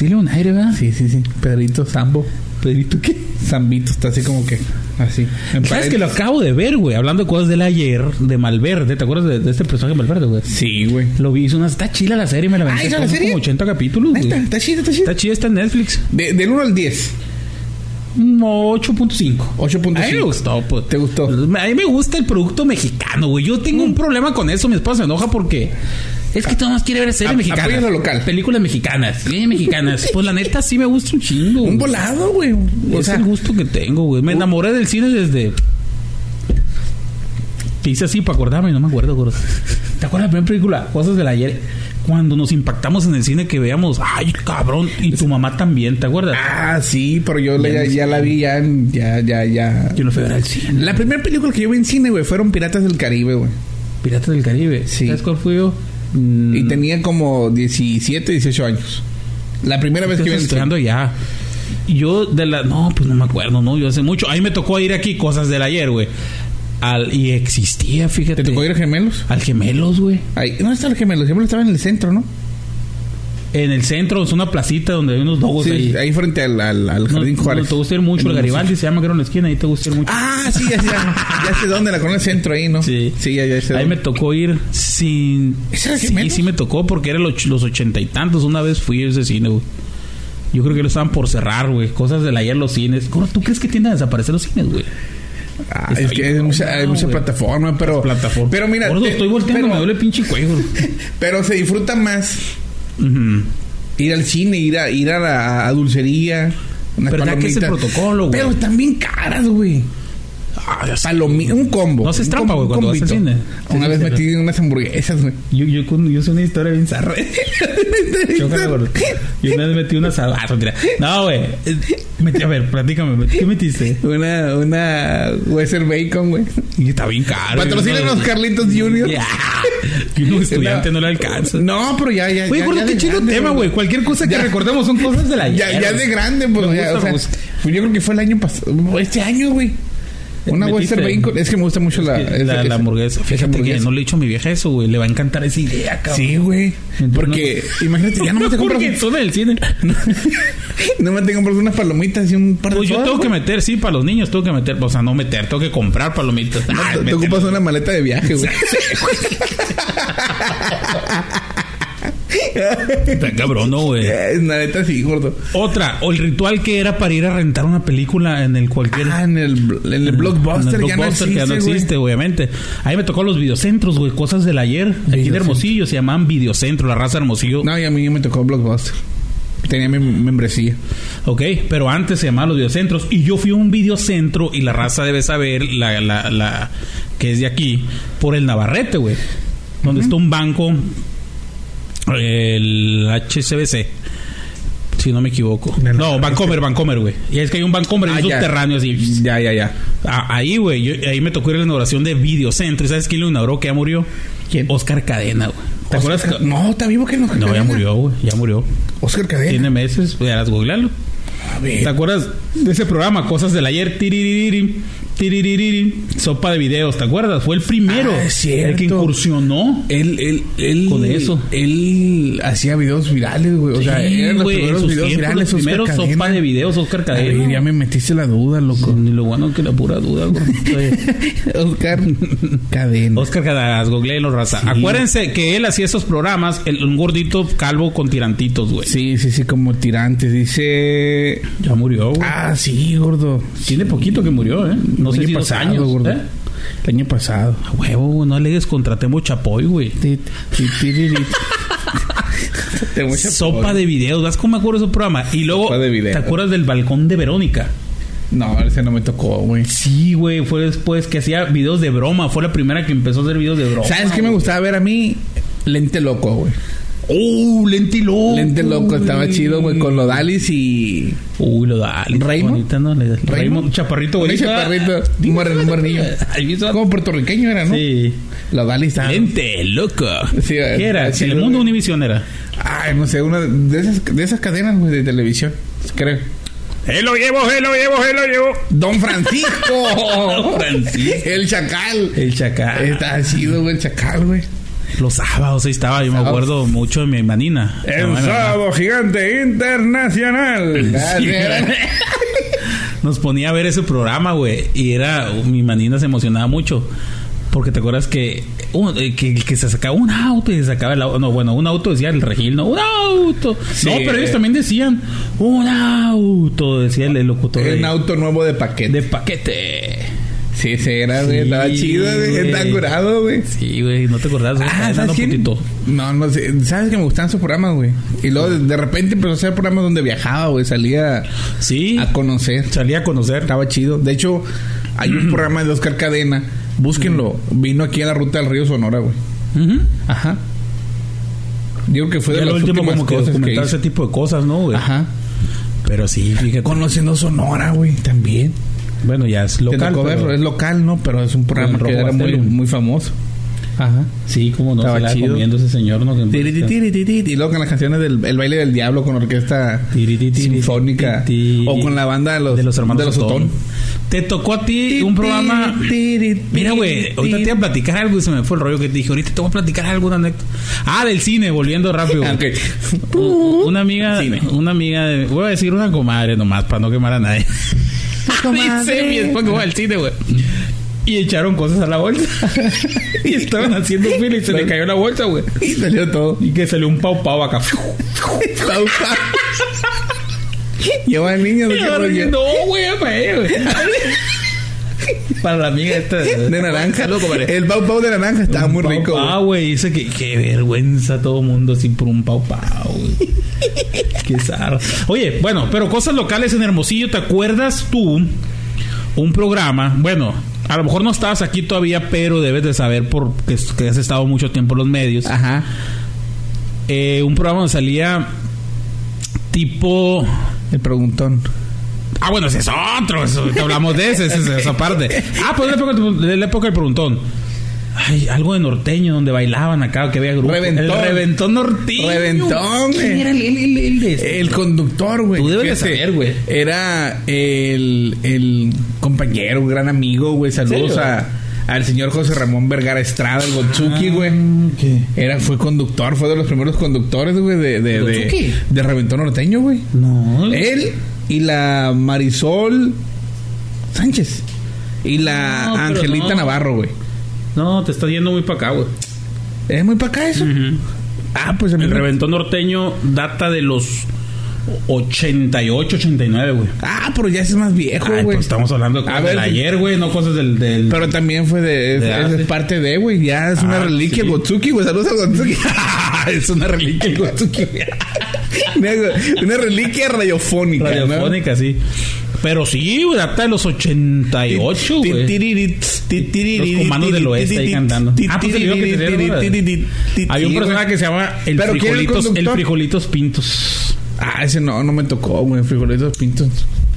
Speaker 2: le da un aire, ¿verdad?
Speaker 3: Sí, sí, sí. Pedrito Sambo.
Speaker 2: Pedrito, ¿qué?
Speaker 3: Zambito, está así como que. Así. En
Speaker 2: ¿Sabes
Speaker 3: paredes.
Speaker 2: que lo acabo de ver, güey? Hablando de cosas del ayer, de Malverde. ¿Te acuerdas de, de este personaje de Malverde, güey?
Speaker 3: Sí, güey.
Speaker 2: Lo vi, hizo una... Está chila la serie, me la aventé.
Speaker 3: Ah, ¿hizo la
Speaker 2: Son
Speaker 3: serie?
Speaker 2: como 80 capítulos, güey.
Speaker 3: Neta, Está chido, está chido.
Speaker 2: Está chida, está en Netflix.
Speaker 3: De- del 1 al 10.
Speaker 2: Un 8.5.
Speaker 3: 8.5.
Speaker 2: A mí me gustó, pues.
Speaker 3: ¿Te gustó? Mm.
Speaker 2: A mí me gusta el producto mexicano, güey. Yo tengo un problema con eso. Mi esposa se enoja porque es que todo más quiere ver series
Speaker 3: A-
Speaker 2: mexicanas.
Speaker 3: apoya lo local.
Speaker 2: Películas mexicanas. Series mexicanas. Pues la neta sí me gusta un chingo.
Speaker 3: Un
Speaker 2: güey.
Speaker 3: volado, güey. O
Speaker 2: es
Speaker 3: sea,
Speaker 2: el gusto que tengo, güey. Me enamoré del cine desde. Te hice así para acordarme, no me acuerdo, gordo. ¿Te acuerdas de la primera película? Cosas del ayer. cuando nos impactamos en el cine que veíamos, ay, cabrón, y tu mamá también, ¿te acuerdas?
Speaker 3: Ah, sí, pero yo la- ya, ya la vi, ya, ya, ya, ya.
Speaker 2: Yo no fui a ver al cine.
Speaker 3: La primera película que yo vi en cine, güey, fueron Piratas del Caribe, güey.
Speaker 2: Piratas del Caribe.
Speaker 3: Sí.
Speaker 2: ¿Sabes cuál fui yo? Mm,
Speaker 3: Y tenía como 17, 18 años. La primera vez que vi
Speaker 2: Estoy
Speaker 3: el cine.
Speaker 2: estudiando ya. Yo de la... No, pues no me acuerdo, ¿no? Yo hace mucho. Ahí me tocó ir aquí, cosas del ayer, güey. Al, y existía, fíjate.
Speaker 3: ¿Te tocó ir a Gemelos?
Speaker 2: Al Gemelos, güey.
Speaker 3: Ahí. ¿Dónde está el Gemelos? Gemelos estaba en el centro, ¿no?
Speaker 2: En el centro, es una placita donde hay unos dogos
Speaker 3: Sí,
Speaker 2: ahí.
Speaker 3: ahí. frente al, al, al
Speaker 2: No,
Speaker 3: Jardín
Speaker 2: no,
Speaker 3: Juárez.
Speaker 2: te gusta ir mucho, el Garibaldi se llama que era una esquina, ahí te gusta ir mucho.
Speaker 3: Ah, sí, ya, sé- ya, ya sé dónde, la colonia centro ahí, ¿no?
Speaker 2: Sí.
Speaker 3: Sí, ya, ya sé
Speaker 2: Ahí
Speaker 3: dónde.
Speaker 2: me tocó ir sin.
Speaker 3: ¿Ese era
Speaker 2: Sí,
Speaker 3: Jiménez?
Speaker 2: sí me tocó porque eran los, los ochenta y tantos. Una vez fui a ese cine, güey. Yo creo que lo estaban por cerrar, güey. Cosas del ayer los cines. Gordo, ¿Tú crees que tienden a desaparecer los cines, güey?
Speaker 3: Ah, es que hay mucha, hay mucha
Speaker 2: güey.
Speaker 3: plataforma, pero.
Speaker 2: Plataforma.
Speaker 3: Pero mira.
Speaker 2: Gordo,
Speaker 3: te-
Speaker 2: estoy volteando, me
Speaker 3: pero,
Speaker 2: duele el pinche cuello.
Speaker 3: pero se disfruta más
Speaker 2: Ujú.
Speaker 3: ir al cine, ir a, ir a la a dulcería. Unas
Speaker 2: ¿Verdad que es el
Speaker 3: palomitas.
Speaker 2: protocolo, güey?
Speaker 3: Pero están bien caras, güey.
Speaker 2: Ah, ya sé.
Speaker 3: Palomi- un combo.
Speaker 2: No haces
Speaker 3: un
Speaker 2: trampa, güey,
Speaker 3: com- un
Speaker 2: cuando vas al
Speaker 3: combito.
Speaker 2: cine.
Speaker 3: Una
Speaker 2: Sí,
Speaker 3: vez
Speaker 2: sí,
Speaker 3: metí unas hamburguesas, güey.
Speaker 2: Yo, yo, con- yo sé una historia bien zarra. Chócala, gordo. Yo una vez metí una salada. No, güey. Metí- A ver, platícame. ¿Qué metiste?
Speaker 3: Una, una Western Bacon, güey.
Speaker 2: Y está bien caro.
Speaker 3: Patrocínanos,
Speaker 2: Yo no-
Speaker 3: Carlitos Junior.
Speaker 2: Ya. Que un estudiante no le alcanza.
Speaker 3: No, pero ya, ya.
Speaker 2: Oye,
Speaker 3: ya-
Speaker 2: gordo,
Speaker 3: ya
Speaker 2: qué
Speaker 3: de
Speaker 2: chido
Speaker 3: grande,
Speaker 2: tema, güey. Cualquier cosa que
Speaker 3: Ya.
Speaker 2: recordemos son cosas de la
Speaker 3: Ya,
Speaker 2: ayer,
Speaker 3: ya
Speaker 2: güey.
Speaker 3: de grande, pues.
Speaker 2: Me
Speaker 3: ya,
Speaker 2: gusta,
Speaker 3: o sea,
Speaker 2: me gusta.
Speaker 3: pues yo creo que fue el año pasado. Este año, güey. Una
Speaker 2: Metiste-
Speaker 3: Western Bacon. Es que me gusta mucho la,
Speaker 2: la,
Speaker 3: esa-
Speaker 2: la
Speaker 3: esa-
Speaker 2: hamburguesa.
Speaker 3: esa
Speaker 2: Fíjate que
Speaker 3: hamburguesa.
Speaker 2: no le he dicho a mi vieja eso, güey. Le va a encantar esa idea, cabrón.
Speaker 3: Sí, güey.
Speaker 2: Entonces,
Speaker 3: Porque, imagínate, ya no me te compras.
Speaker 2: Porque son del cine.
Speaker 3: No me te compras unas palomitas y un par de
Speaker 2: Pues yo
Speaker 3: sodas,
Speaker 2: tengo que
Speaker 3: güey.
Speaker 2: meter, sí, para los niños tengo que meter. O sea, no meter, tengo que comprar palomitas.
Speaker 3: Ah,
Speaker 2: Ay,
Speaker 3: te
Speaker 2: meter-
Speaker 3: ocupas una maleta de viaje, güey.
Speaker 2: Está cabrón, no, güey.
Speaker 3: Es una neta sí, gordo.
Speaker 2: Otra, o el ritual que era para ir a rentar una película en el cualquier.
Speaker 3: Ah, en el, bl- en el blockbuster,
Speaker 2: En el
Speaker 3: ya no
Speaker 2: Blockbuster
Speaker 3: existe,
Speaker 2: que ya no
Speaker 3: güey.
Speaker 2: existe, obviamente. Ahí me tocó los videocentros, güey, cosas del ayer. Aquí de
Speaker 3: Videocentro.
Speaker 2: Hermosillo se llamaban videocentro, la raza de Hermosillo.
Speaker 3: No, y a mí me tocó blockbuster. Tenía mi membresía.
Speaker 2: Ok, pero antes se llamaban los videocentros. Y yo fui a un videocentro y la raza debe saber, la, la, la que es de aquí, por el Navarrete, güey. Donde está un banco, el HCBC. Si no me equivoco.
Speaker 3: En el
Speaker 2: No, Bancomer, Bancomer, güey. Y es que hay un Bancomer en
Speaker 3: Ah, ya.
Speaker 2: subterráneo así.
Speaker 3: Ya, ya, ya.
Speaker 2: A- ahí, güey, yo- ahí me tocó ir a la inauguración de Videocentro. ¿Y sabes quién lo inauguró? que ya murió?
Speaker 3: ¿Quién?
Speaker 2: Oscar Cadena, güey. ¿Te
Speaker 3: Oscar-
Speaker 2: acuerdas? que-
Speaker 3: No, está vivo que no.
Speaker 2: No, ya murió, güey. Ya murió.
Speaker 3: Oscar Cadena.
Speaker 2: Tiene meses, güey, a las googlealo.
Speaker 3: A ver.
Speaker 2: ¿Te acuerdas de ese programa? Cosas del ayer. Tiririririm, tiririririm, sopa de videos, ¿te acuerdas? Fue el primero.
Speaker 3: Ah, es cierto.
Speaker 2: El que incursionó.
Speaker 3: Él, él, él.
Speaker 2: Con eso.
Speaker 3: Él hacía videos virales, güey. O sea,
Speaker 2: Sí,
Speaker 3: eran los
Speaker 2: güey, en
Speaker 3: primeros
Speaker 2: sus
Speaker 3: videos
Speaker 2: tiempos,
Speaker 3: virales.
Speaker 2: los
Speaker 3: Oscar
Speaker 2: primeros
Speaker 3: Cadena.
Speaker 2: sopa de ¿eh? videos, Oscar
Speaker 3: A ver, ya
Speaker 2: Cadena.
Speaker 3: me metiste la duda, loco.
Speaker 2: Ni lo bueno que la pura duda, güey.
Speaker 3: Oscar Cadena.
Speaker 2: Oscar Cadas, googleenlo, raza. Acuérdense que él hacía esos programas, el- un gordito calvo con tirantitos, güey.
Speaker 3: Sí, sí, sí, como tirantes. Dice.
Speaker 2: Ya murió, güey.
Speaker 3: Ah, sí, gordo.
Speaker 2: Tiene poquito que murió, ¿eh? No
Speaker 3: El
Speaker 2: sé
Speaker 3: año
Speaker 2: si dos
Speaker 3: pasado,
Speaker 2: años,
Speaker 3: gordo.
Speaker 2: ¿eh?
Speaker 3: El año pasado.
Speaker 2: A huevo, güey, no le descontratemos chapoy, güey.
Speaker 3: Ti, ti, tiririt. Te voy a
Speaker 2: Sopa
Speaker 3: poner.
Speaker 2: de videos, ¿vas cómo me acuerdo de ese programa? Y luego,
Speaker 3: Sopa de videos.
Speaker 2: ¿te acuerdas del balcón de Verónica?
Speaker 3: No, ese no me tocó, güey.
Speaker 2: Sí, güey, fue después que hacía videos de broma. Fue la primera que empezó a hacer videos de broma.
Speaker 3: ¿Sabes qué me gustaba ver a mí? Lente loco, güey.
Speaker 2: ¡Uh, lente loco!
Speaker 3: Lente loco, estaba
Speaker 2: güey.
Speaker 3: chido, güey, con los Dalis y.
Speaker 2: Uy, lo da.
Speaker 3: ¿Raymond?
Speaker 2: Bonita, ¿no? Le- Raymond, chaparrito,
Speaker 3: Un
Speaker 2: güey.
Speaker 3: chaparrito, un morri- un morrillo.
Speaker 2: eh, Ahí hizo-
Speaker 3: Como puertorriqueño era, ¿no? ah,
Speaker 2: Sí.
Speaker 3: Los Dalis estaban.
Speaker 2: Lente loco.
Speaker 3: Sí, eh,
Speaker 2: ¿Qué era?
Speaker 3: sí,
Speaker 2: el
Speaker 3: güey.
Speaker 2: mundo Univision era.
Speaker 3: Ay, no sé, una de esas, de esas cadenas, güey, de televisión, creo.
Speaker 2: ¡Él lo llevo, él lo llevo, él lo llevo!
Speaker 3: ¡Don Francisco!
Speaker 2: Don Francisco.
Speaker 3: El chacal.
Speaker 2: El chacal.
Speaker 3: Está chido, güey, el chacal, güey.
Speaker 2: Los sábados ahí estaba, yo me
Speaker 3: Sábados.
Speaker 2: acuerdo mucho de mi manina. No, mi mamá.
Speaker 3: gigante internacional.
Speaker 2: Sí, güey. Nos ponía a ver ese programa, güey. Y era. Mi manina se emocionaba mucho. Porque te acuerdas que, un- eh, que, que se sacaba un auto y se sacaba el auto. No, bueno, un auto decía el regil, no, un auto.
Speaker 3: Sí.
Speaker 2: No, pero ellos también decían un auto, decía el, el locutor.
Speaker 3: Era un
Speaker 2: de-
Speaker 3: auto nuevo de paquete.
Speaker 2: de paquete.
Speaker 3: Sí, ese era, güey.
Speaker 2: Sí,
Speaker 3: Estaba chido, güey.
Speaker 2: güey.
Speaker 3: Está curado, güey.
Speaker 2: Sí, güey, no te acordás, güey. Estaba dando
Speaker 3: Ah, quién?
Speaker 2: putito.
Speaker 3: No, no sé. ¿Sabes que me gustaban sus programas, güey? Y luego de, de repente empezó a hacer programas donde viajaba, güey. Salía
Speaker 2: Sí.
Speaker 3: a conocer.
Speaker 2: Salía a conocer.
Speaker 3: Estaba chido. De hecho, hay un programa de Oscar Cadena. Búsquenlo. Vino aquí a la ruta del río Sonora, güey.
Speaker 2: Ujú.
Speaker 3: Ajá. Yo creo que fue
Speaker 2: Ya
Speaker 3: de
Speaker 2: lo
Speaker 3: las
Speaker 2: último
Speaker 3: últimas
Speaker 2: como que
Speaker 3: cosas que
Speaker 2: documentar ese
Speaker 3: hizo.
Speaker 2: tipo de cosas, ¿no, güey?
Speaker 3: Ajá.
Speaker 2: Pero sí, fíjate.
Speaker 3: Conociendo Sonora, güey, también.
Speaker 2: Bueno, ya es
Speaker 3: Te
Speaker 2: local.
Speaker 3: tocó
Speaker 2: pero-
Speaker 3: verlo, es local, ¿no? Pero es un programa
Speaker 2: Con
Speaker 3: que
Speaker 2: Robo
Speaker 3: era muy,
Speaker 2: Bastelio.
Speaker 3: muy famoso. Ajá.
Speaker 2: Sí, como no
Speaker 3: Estaba
Speaker 2: se la
Speaker 3: chido.
Speaker 2: comiendo ese señor, ¿no? Que-
Speaker 3: Tirititirititirit, Y luego con las canciones del el baile del diablo con orquesta
Speaker 2: Tirititirititirit.
Speaker 3: sinfónica o con la banda de los,
Speaker 2: de los hermanos
Speaker 3: de los
Speaker 2: Otón. Te tocó a ti un programa. Mira, güey, ahorita te iba a platicar algo y se me fue el rollo que te dije. Ahorita te voy a platicar alguna anécdota. Ah, del cine, volviendo rápido. güey.
Speaker 3: Ah, ok.
Speaker 2: U- Una amiga,
Speaker 3: Cine.
Speaker 2: una amiga de. Voy a decir una comadre nomás para no quemar a nadie. Dice mi esposa que va al cine, güey. Y echaron cosas a la bolsa. y estaban haciendo fila y se le cayó la bolsa, güey.
Speaker 3: Y salió todo.
Speaker 2: Y que salió un pau pau acá.
Speaker 3: Lleva al niño de
Speaker 2: Y
Speaker 3: qué
Speaker 2: ahora dije,
Speaker 3: rollo.
Speaker 2: no, güey, para ella, güey. Para la amiga esta
Speaker 3: De naranja.
Speaker 2: Saludo, compadre.
Speaker 3: El pau pau de naranja estaba Ah, muy
Speaker 2: Pau
Speaker 3: rico.
Speaker 2: Pau,
Speaker 3: güey.
Speaker 2: güey. Dice que qué vergüenza todo mundo así por un pau pau. güey. qué zarra. Oye, bueno, pero cosas locales en Hermosillo, ¿te acuerdas tú un programa? Bueno, a lo mejor no estabas aquí todavía, pero debes de saber porque que has estado mucho tiempo en los medios.
Speaker 3: Ajá.
Speaker 2: Eh, un programa donde salía tipo
Speaker 3: El preguntón.
Speaker 2: Ah, bueno, ese es otro. eso, te hablamos de ese, ese- esa, parte. Ah, pues de la época, de la época del preguntón. Ay, algo de norteño donde bailaban acá, que había grupo.
Speaker 3: Reventón.
Speaker 2: El reventón norteño.
Speaker 3: Reventón,
Speaker 2: ¿Quién
Speaker 3: güey.
Speaker 2: era el, el- el de este?
Speaker 3: El conductor, güey.
Speaker 2: Tú debes de
Speaker 3: Fíjate,
Speaker 2: saber, güey.
Speaker 3: Era el, el compañero, un gran amigo, güey. Saludos
Speaker 2: ¿Serio?
Speaker 3: a, al señor José Ramón Vergara Estrada, el Gotsuki,
Speaker 2: Ah.
Speaker 3: güey.
Speaker 2: ¿qué?
Speaker 3: Era, fue conductor, fue de los primeros conductores, güey, de, de, de,
Speaker 2: ¿Gotsuki?
Speaker 3: de Reventón Norteño, güey.
Speaker 2: No.
Speaker 3: Él y la Marisol Sánchez. Y la
Speaker 2: No, pero
Speaker 3: Angelita
Speaker 2: no.
Speaker 3: Navarro, güey.
Speaker 2: No, te está yendo muy para acá, güey.
Speaker 3: Es muy para acá eso. Ah, pues a mí
Speaker 2: El
Speaker 3: me-
Speaker 2: reventón norteño data de los 88, 89, güey.
Speaker 3: Ah, pero ya es más viejo,
Speaker 2: Ah,
Speaker 3: güey.
Speaker 2: pues estamos hablando de
Speaker 3: A
Speaker 2: cosas
Speaker 3: ver,
Speaker 2: del ayer, güey, no cosas del. del...
Speaker 3: Pero también fue de. Es,
Speaker 2: De
Speaker 3: es- es
Speaker 2: hace.
Speaker 3: parte de, güey. Ya es una
Speaker 2: Ah,
Speaker 3: reliquia
Speaker 2: sí.
Speaker 3: el Gotsuki, güey. Saludos al Gotsuki. es una reliquia el Gotsuki, güey. una, una reliquia radiofónica. ¿no?
Speaker 2: Radiofónica, sí. Pero sí, güey, data de los 88, güey. Los comandos del oeste ahí cantando. Ah, pues el video que te dieron, ¿verdad? Hay un personaje que se llama el
Speaker 3: Pero ¿quién era el
Speaker 2: frijolitos, el,
Speaker 3: conductor?
Speaker 2: frijolitos pintos.
Speaker 3: Ah, ese no, no me tocó, güey. Frijolitos pintos.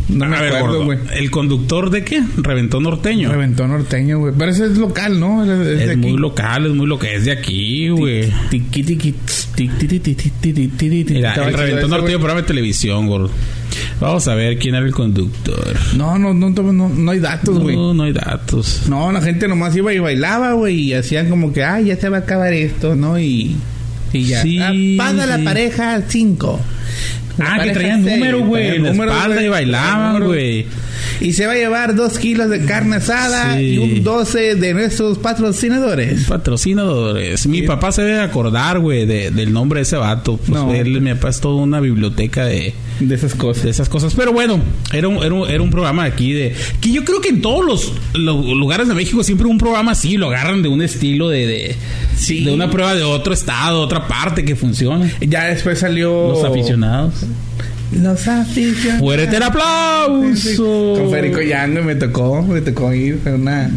Speaker 3: No me
Speaker 2: Ah, A ver,
Speaker 3: acuerdo,
Speaker 2: gordo,
Speaker 3: güey.
Speaker 2: el conductor de qué? Reventó norteño.
Speaker 3: Reventó norteño, güey. Pero ese es local, ¿no? Es, es de
Speaker 2: es muy
Speaker 3: aquí.
Speaker 2: local, es muy lo que es de aquí, güey.
Speaker 3: Tiqui, tiqui, tiqui, tiqui, tiqui, tiqui, tiqui, tiqui.
Speaker 2: Mira,
Speaker 3: Estaba
Speaker 2: el reventó
Speaker 3: chido ese, güey.
Speaker 2: norteño programa de televisión, gordo. Vamos a ver quién era el conductor.
Speaker 3: No, no, no, no, no hay datos, güey.
Speaker 2: No, no hay datos.
Speaker 3: No, la gente nomás iba y bailaba, güey, y hacían como que, ay, ya se va a acabar esto, ¿no? Y, y ya.
Speaker 2: Sí,
Speaker 3: Ah, Paga la
Speaker 2: sí.
Speaker 3: pareja cinco. La
Speaker 2: Ah, que
Speaker 3: pareja
Speaker 2: traían
Speaker 3: seis,
Speaker 2: número, güey.
Speaker 3: traían
Speaker 2: En la
Speaker 3: número,
Speaker 2: espalda
Speaker 3: güey,
Speaker 2: y bailaban,
Speaker 3: número.
Speaker 2: güey.
Speaker 3: Y se va a llevar dos kilos de carne asada
Speaker 2: Sí.
Speaker 3: y un 12 de nuestros patrocinadores.
Speaker 2: Patrocinadores. Mi
Speaker 3: Sí.
Speaker 2: papá se debe acordar, güey, de- del nombre de ese vato. Pues
Speaker 3: No.
Speaker 2: él, mi papá es toda una biblioteca de,
Speaker 3: De esas
Speaker 2: de
Speaker 3: cosas.
Speaker 2: esas cosas. Pero bueno, era un, era un, era un programa aquí de. Que yo creo que en todos los, los lugares de México siempre un programa así lo agarran de un estilo de. de
Speaker 3: Sí.
Speaker 2: De una prueba de otro estado, otra parte que funciona.
Speaker 3: Ya después salió...
Speaker 2: Los aficionados.
Speaker 3: Los aficionados.
Speaker 2: Fuerte el aplauso.
Speaker 3: Sí, sí. Con Federico Yango me tocó, me tocó ir a una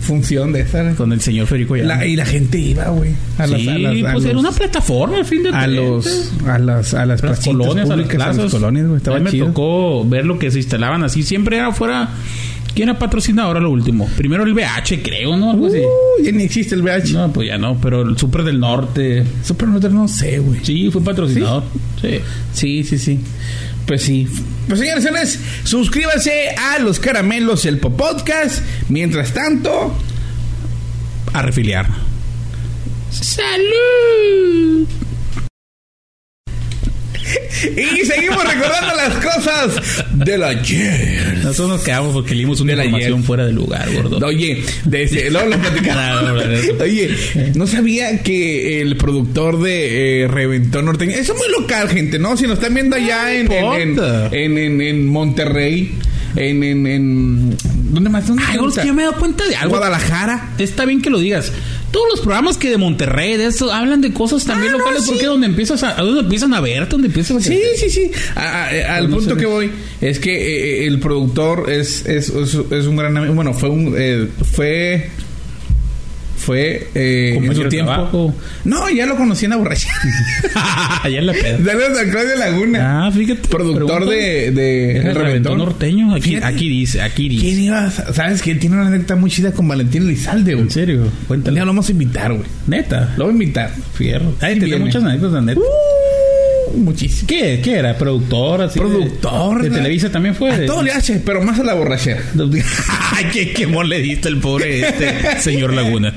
Speaker 3: función de esa. güey.
Speaker 2: Con el señor Federico Llano.
Speaker 3: La- y la gente iba, güey. a las-
Speaker 2: sí,
Speaker 3: a las- a
Speaker 2: pues era
Speaker 3: los-
Speaker 2: una plataforma, al fin de
Speaker 3: a
Speaker 2: cuentas.
Speaker 3: los a las a las,
Speaker 2: las
Speaker 3: placitas
Speaker 2: colonias, a las
Speaker 3: públicas,
Speaker 2: plazas.
Speaker 3: a las colonias, güey,
Speaker 2: A
Speaker 3: estaba
Speaker 2: mí me
Speaker 3: chido.
Speaker 2: tocó ver lo que se instalaban así. Siempre era fuera. ¿Quién era patrocinador a lo último? Primero el BH, creo, ¿no? Algo así.
Speaker 3: Uh, ya ni existe el BH.
Speaker 2: No, pues ya no, pero el Super del Norte.
Speaker 3: Super Norte no sé, güey.
Speaker 2: Sí, fue patrocinador. Sí.
Speaker 3: Sí, sí, sí. Pues sí. Pues señores, señores, suscríbanse a Los Caramelos el podcast. Mientras tanto,
Speaker 2: A refiliar.
Speaker 3: ¡Salud! Y seguimos recordando las cosas del ayer.
Speaker 2: Nosotros nos quedamos porque leímos una
Speaker 3: De la
Speaker 2: información
Speaker 3: ayer.
Speaker 2: fuera de lugar, gordo.
Speaker 3: Oye, desde, luego lo platicamos.
Speaker 2: No, no, no, no.
Speaker 3: Oye, no sabía que el productor de eh, Reventón Norteño. Eso es muy local, gente, ¿no? Si nos están viendo allá en, en, en,
Speaker 2: Ah, importa.
Speaker 3: en- en- en Monterrey, en, en, en- ¿Dónde más? ¿Dónde
Speaker 2: Ay,
Speaker 3: más
Speaker 2: gordo, es
Speaker 3: está?
Speaker 2: que yo me he dado cuenta de algo.
Speaker 3: Guadalajara.
Speaker 2: Está bien que lo digas. Todos los programas que de Monterrey, de eso, hablan de cosas también
Speaker 3: Ah, no,
Speaker 2: locales,
Speaker 3: sí.
Speaker 2: porque donde empiezas a, donde empiezan a verte, donde empiezas a
Speaker 3: Sí, sí, sí. A- a- al
Speaker 2: No
Speaker 3: punto
Speaker 2: sé.
Speaker 3: que voy es que eh, eh, el productor es, es, es- es un gran amigo. Bueno, fue un. eh, fue. fue eh,
Speaker 2: Como
Speaker 3: en su
Speaker 2: yo
Speaker 3: tiempo.
Speaker 2: trabajo.
Speaker 3: No, ya lo conocí en la borrachera.
Speaker 2: Allá en la peda.
Speaker 3: Saludos a Claudio Laguna,
Speaker 2: Ah, fíjate.
Speaker 3: productor
Speaker 2: pregúntale.
Speaker 3: de, de
Speaker 2: Era el reventón norteño. Aquí,
Speaker 3: Fíjate.
Speaker 2: aquí dice, aquí dice.
Speaker 3: ¿Quién iba? a- ¿Sabes que Tiene una anécdota muy chida con Valentín Elizalde, güey.
Speaker 2: ¿En serio?
Speaker 3: Un día
Speaker 2: Cuéntale.
Speaker 3: lo vamos a invitar, güey.
Speaker 2: Neta.
Speaker 3: Lo voy a invitar.
Speaker 2: Fierro. Ay,
Speaker 3: Sí
Speaker 2: tenía
Speaker 3: viene.
Speaker 2: muchas anécdotas, neta.
Speaker 3: Uh, muchísimo.
Speaker 2: ¿Qué? ¿Qué era? ¿Productor? Así de-
Speaker 3: Productor,
Speaker 2: De,
Speaker 3: ¿no?
Speaker 2: Televisa también fue.
Speaker 3: A todo le hace, pero más a la borrachera.
Speaker 2: Ay, qué quemón le diste al pobre este señor Laguna.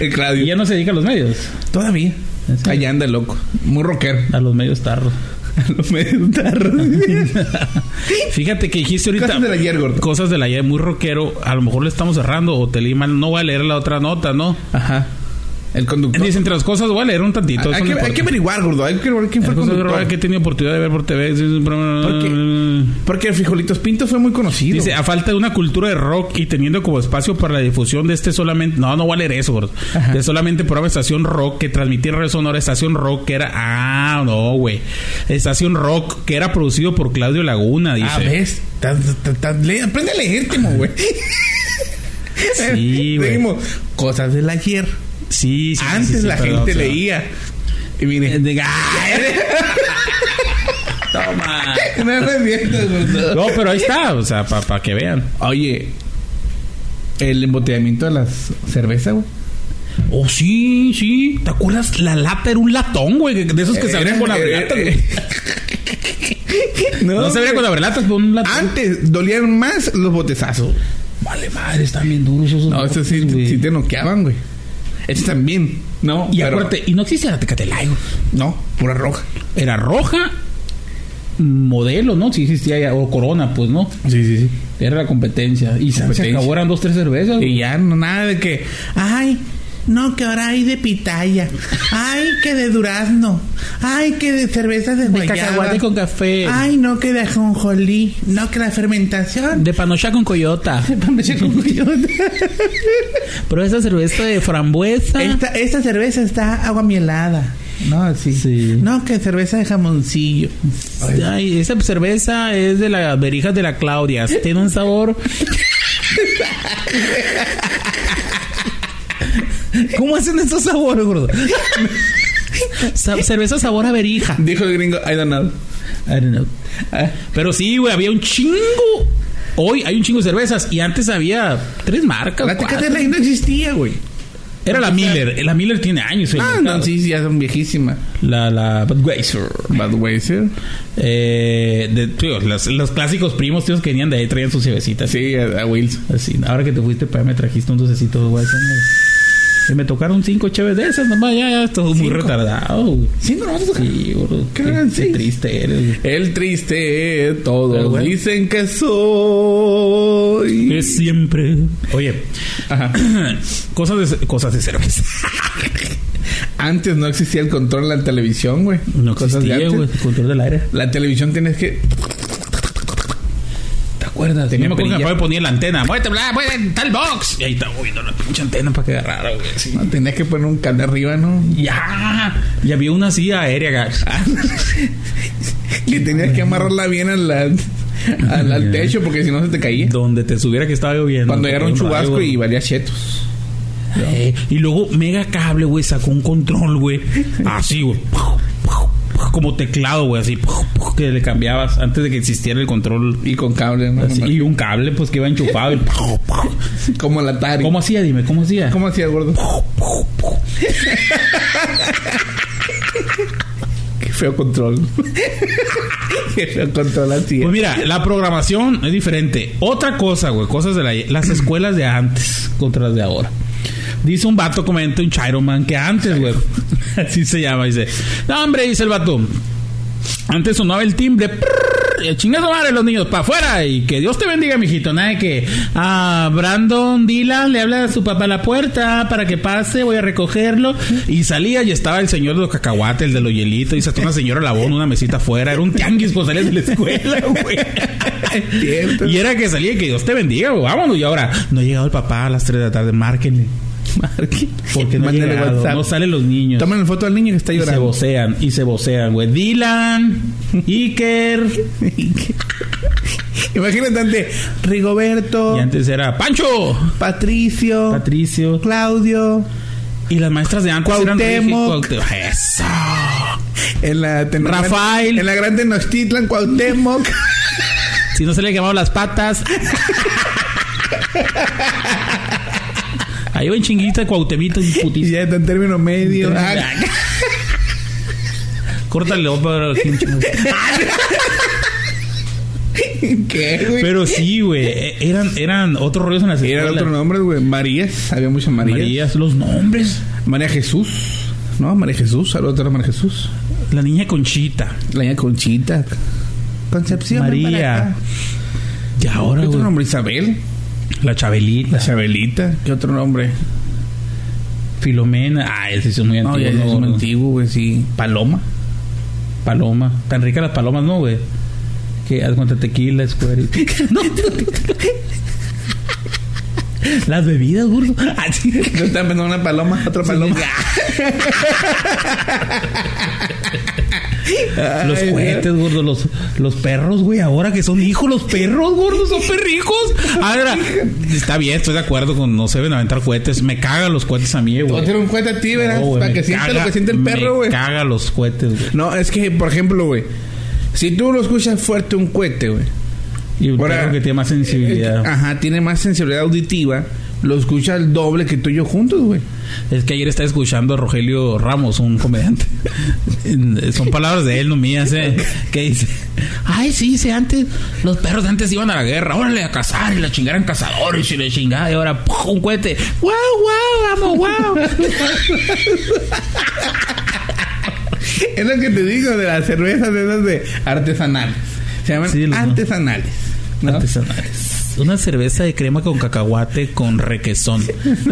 Speaker 3: El
Speaker 2: Y
Speaker 3: Claudio.
Speaker 2: ya no se dedica a los medios.
Speaker 3: Todavía.
Speaker 2: ¿En serio?
Speaker 3: Allá anda el loco. Muy rockero.
Speaker 2: A los medios tarros.
Speaker 3: A los medios tarros.
Speaker 2: Fíjate que dijiste ahorita.
Speaker 3: Cosas del ayer, gordo.
Speaker 2: Cosas del ayer, muy rockero. A lo mejor le estamos cerrando o te leí mal. No voy a leer la otra nota, ¿no?
Speaker 3: Ajá. El conductor.
Speaker 2: Dice, entre las cosas voy a leer un tantito.
Speaker 3: hay,
Speaker 2: eso
Speaker 3: que,
Speaker 2: no
Speaker 3: hay que
Speaker 2: importa.
Speaker 3: averiguar, gordo. Hay que averiguar quién fue el
Speaker 2: Las cosas
Speaker 3: conductor.
Speaker 2: raras que he tenido oportunidad de ver por TV.
Speaker 3: Porque el Frijolitos Pinto fue muy conocido.
Speaker 2: Dice, a falta de una cultura de rock y teniendo como espacio para la difusión de este solamente... No, no voy a leer eso, gordo. De solamente programa Estación Rock que transmitía en Radio Sonora Estación Rock que era... Ah, no, güey. Estación Rock que era producido por Claudio Laguna, dice.
Speaker 3: ah, ¿ves? Tan- tan- tan- le- aprende a leer, Temo, güey.
Speaker 2: Sí, güey.
Speaker 3: Seguimos. Cosas del ayer.
Speaker 2: Sí, sí, sí,
Speaker 3: Antes
Speaker 2: sí, sí,
Speaker 3: la
Speaker 2: perdón,
Speaker 3: gente
Speaker 2: perdón.
Speaker 3: leía. Y mire.
Speaker 2: De- ¡Ay! Toma.
Speaker 3: No me mientas, gordo.
Speaker 2: No, pero ahí está, o sea, para que vean.
Speaker 3: Oye, el embotellamiento de las cervezas, güey.
Speaker 2: Oh, sí, sí. ¿Te acuerdas? La lata era un latón, güey. De esos que se abrían con la
Speaker 3: Era-
Speaker 2: verlata,
Speaker 3: era- no,
Speaker 2: No se abría
Speaker 3: güey.
Speaker 2: con la verlata, pero un latón.
Speaker 3: Antes dolían más los botezazos.
Speaker 2: Vale, madre, Ah, están bien duros esos.
Speaker 3: No, eso sí,
Speaker 2: güey.
Speaker 3: sí te noqueaban, güey. Estos también. No,
Speaker 2: Y
Speaker 3: pero-
Speaker 2: acuérdate, y no existía la Tecate Light, güey.
Speaker 3: No, pura roja.
Speaker 2: Era roja, modelo, ¿no? Sí existía ya, o Corona, pues, ¿no?
Speaker 3: Sí, sí, sí.
Speaker 2: Era la competencia. Y se
Speaker 3: Competencia.
Speaker 2: acabó, eran dos, tres cervezas. güey.
Speaker 3: Y ya no, nada de que, ay, no, que ahora hay de pitaya. Ay, que de durazno. Ay, que de cerveza de
Speaker 2: De cacahuate con café.
Speaker 3: Ay, no, que de ajonjolí. No, que la fermentación.
Speaker 2: De panocha con coyota. Pero esa cerveza de frambuesa.
Speaker 3: Esta, esta cerveza está agua mielada. No, así.
Speaker 2: Sí.
Speaker 3: No, que cerveza de jamoncillo.
Speaker 2: Ay, esa cerveza es de las berijas de la Claudia. Tiene un sabor. ¿Cómo hacen estos sabores, gordo? Sa- cerveza sabor a berija.
Speaker 3: Dijo el gringo, I don't know.
Speaker 2: I don't know. Pero sí, güey, había un chingo. Hoy hay un chingo de cervezas y antes había tres marcas.
Speaker 3: La
Speaker 2: cuatro.
Speaker 3: Tecate Light no existía, güey.
Speaker 2: Era la Miller. La Miller tiene años. en el
Speaker 3: Ah,
Speaker 2: mercado.
Speaker 3: no, sí, sí, ya son viejísimas.
Speaker 2: La, la Budweiser.
Speaker 3: Budweiser.
Speaker 2: Eh, de, tío, los, los clásicos primos, tíos, que venían de ahí, traían sus cervecitas.
Speaker 3: Sí, a, a Wills.
Speaker 2: Así, ahora que te fuiste para allá me trajiste un dulcecito de guayas. Y me tocaron cinco chéves de esas, nomás ya, ya, todo muy
Speaker 3: ¿Cinco?
Speaker 2: retardado. güey.
Speaker 3: Sí, no, no, no.
Speaker 2: Sí, bro.
Speaker 3: ¿Qué
Speaker 2: Qué,
Speaker 3: eran
Speaker 2: qué
Speaker 3: seis?
Speaker 2: triste eres. güey.
Speaker 3: El triste, todos
Speaker 2: Pero bueno.
Speaker 3: dicen que soy.
Speaker 2: Que siempre. Oye,
Speaker 3: Ajá.
Speaker 2: cosas de, cosas de cerveza.
Speaker 3: Antes no existía el control de la televisión, güey.
Speaker 2: No
Speaker 3: Cosas de
Speaker 2: existía,
Speaker 3: antes.
Speaker 2: güey. Control del aire.
Speaker 3: La televisión tienes que.
Speaker 2: ¿Te acuerdas?
Speaker 3: Tenía
Speaker 2: Yo me acuerdo que mi
Speaker 3: perilla.
Speaker 2: papá me ponía la antena. Muévete, bla, muévete, tal box. Y ahí está, moviendo la pinche antena para que agarrara, güey. así.
Speaker 3: ¿no? Tenías que poner un can arriba, ¿no?
Speaker 2: Ya. Y había una silla aérea, guys.
Speaker 3: Y tenías que amarrarla bien a la- al, al techo porque si no se te caía.
Speaker 2: Donde te subiera que estaba lloviendo.
Speaker 3: Cuando
Speaker 2: Te
Speaker 3: era un
Speaker 2: ponía radio,
Speaker 3: chubasco
Speaker 2: güey.
Speaker 3: y valía chetos.
Speaker 2: Eh, y luego Mega Cable, güey, sacó un control, güey. Así, güey. Como teclado, güey, así. Que le cambiabas antes de que existiera el control.
Speaker 3: Y con cables, ¿no?
Speaker 2: Así, Y un cable, pues, que iba enchufado. y-
Speaker 3: Como la Atari.
Speaker 2: ¿Cómo hacía? Dime, ¿cómo hacía?
Speaker 3: ¿Cómo hacía el gordo? Qué feo control. Qué feo control así.
Speaker 2: Pues mira, la programación es diferente. Otra cosa, güey, cosas de la- las escuelas de antes contra las de ahora. Dice un vato, comenta un Chiroman que antes, güey, así se llama, dice. No, hombre, dice el vato. Antes sonaba el timbre. prrr, y Chingas madre los niños, para afuera. Y que Dios te bendiga, mijito. Nada de que a Brandon Dylan le habla a su papá a la puerta para que pase, voy a recogerlo. Y salía y estaba el señor de los cacahuates, el de los hielitos. Y se una señora labón, una mesita afuera. Era un tianguis, pues salías de la escuela, güey.
Speaker 3: Cierto.
Speaker 2: Y era que salía y que Dios te bendiga, güey. Vámonos. Y ahora, no ha llegado el papá a las 3 de la tarde, márquenle.
Speaker 3: Marque.
Speaker 2: Porque no, ha
Speaker 3: Mándale
Speaker 2: llegado.
Speaker 3: WhatsApp.
Speaker 2: no salen los niños.
Speaker 3: Tomen foto al niño que está
Speaker 2: Y se
Speaker 3: llorando.
Speaker 2: vocean, y se vocean, güey. Dylan, Iker,
Speaker 3: Imagínate antes Rigoberto,
Speaker 2: Y antes era Pancho,
Speaker 3: Patricio,
Speaker 2: Patricio.
Speaker 3: Claudio.
Speaker 2: Y las maestras de antes eran
Speaker 3: Cuauhtémoc.
Speaker 2: Cuauhtémoc. Eso.
Speaker 3: En la Teno-
Speaker 2: Rafael.
Speaker 3: En la gran Tenochtitlan, Cuauhtémoc.
Speaker 2: Si no se le quemaban las patas. Ahí va en chinguita, Cuauhtemito y
Speaker 3: y
Speaker 2: putito.
Speaker 3: ya está en término medio. Ah,
Speaker 2: Córtale, ópera, chingo.
Speaker 3: ¿Qué, güey?
Speaker 2: Pero sí, güey. eh, Eran, eran otros rollos en las
Speaker 3: Era
Speaker 2: escuelas.
Speaker 3: otro nombre, güey. Marías. Había muchas Marías. María.
Speaker 2: Marías, los nombres.
Speaker 3: Jesús. No, María Jesús. Saludos a la María Jesús.
Speaker 2: La niña Conchita.
Speaker 3: La niña Conchita. Concepción. ven para
Speaker 2: María.
Speaker 3: acá.
Speaker 2: Y ahora,
Speaker 3: ¿Qué otro
Speaker 2: güey. Ah.
Speaker 3: nombre? Isabel.
Speaker 2: La Chabelita.
Speaker 3: La Chabelita. ¿Qué otro nombre?
Speaker 2: Filomena. Ah, él sí es muy
Speaker 3: No,
Speaker 2: antiguo.
Speaker 3: ya es
Speaker 2: ¿no,
Speaker 3: muy
Speaker 2: gordo?
Speaker 3: antiguo, güey, sí. Paloma.
Speaker 2: Paloma. Tan ricas las palomas, ¿no, güey? Que haz cuenta tequila, square. No. las bebidas, Ah, burro. Así.
Speaker 3: Yo estaba pensando en una paloma, otra paloma.
Speaker 2: Los
Speaker 3: Ay,
Speaker 2: cohetes, gordo, los, los perros, güey, ahora que son hijos, los perros, gordo, son perrijos. A ver, Ah, está bien, estoy de acuerdo con no se deben aventar cohetes. Me cagan los cohetes a mí,
Speaker 3: Voy a
Speaker 2: güey.
Speaker 3: hacer un cohete a ti, verás,
Speaker 2: No, güey,
Speaker 3: para
Speaker 2: me
Speaker 3: que sienta
Speaker 2: caga-
Speaker 3: lo que siente el perro, güey.
Speaker 2: Me caga los cohetes, güey.
Speaker 3: No, es que, por ejemplo, güey, si tú lo escuchas fuerte un cohete, güey.
Speaker 2: Y un
Speaker 3: Ahora,
Speaker 2: perro que tiene más sensibilidad.
Speaker 3: eh, Ajá, tiene más sensibilidad auditiva. Lo escucha el doble que tú y yo juntos, güey.
Speaker 2: Es que ayer estaba escuchando a Rogelio Ramos, un comediante. Son palabras de él, no mías, ¿eh? Que dice: Ay, sí, sí, antes los perros de antes iban a la guerra, órale a cazar y la chingaran cazadores y le chingada. Y ahora, ¡puf! un cohete. ¡Wow, wow, vamos, wow!
Speaker 3: Es lo que te digo de las cervezas de esas de artesanales. Se llaman
Speaker 2: Sí, los-
Speaker 3: artesanales. ¿no?
Speaker 2: Artesanales. Una cerveza de crema con cacahuate con requesón.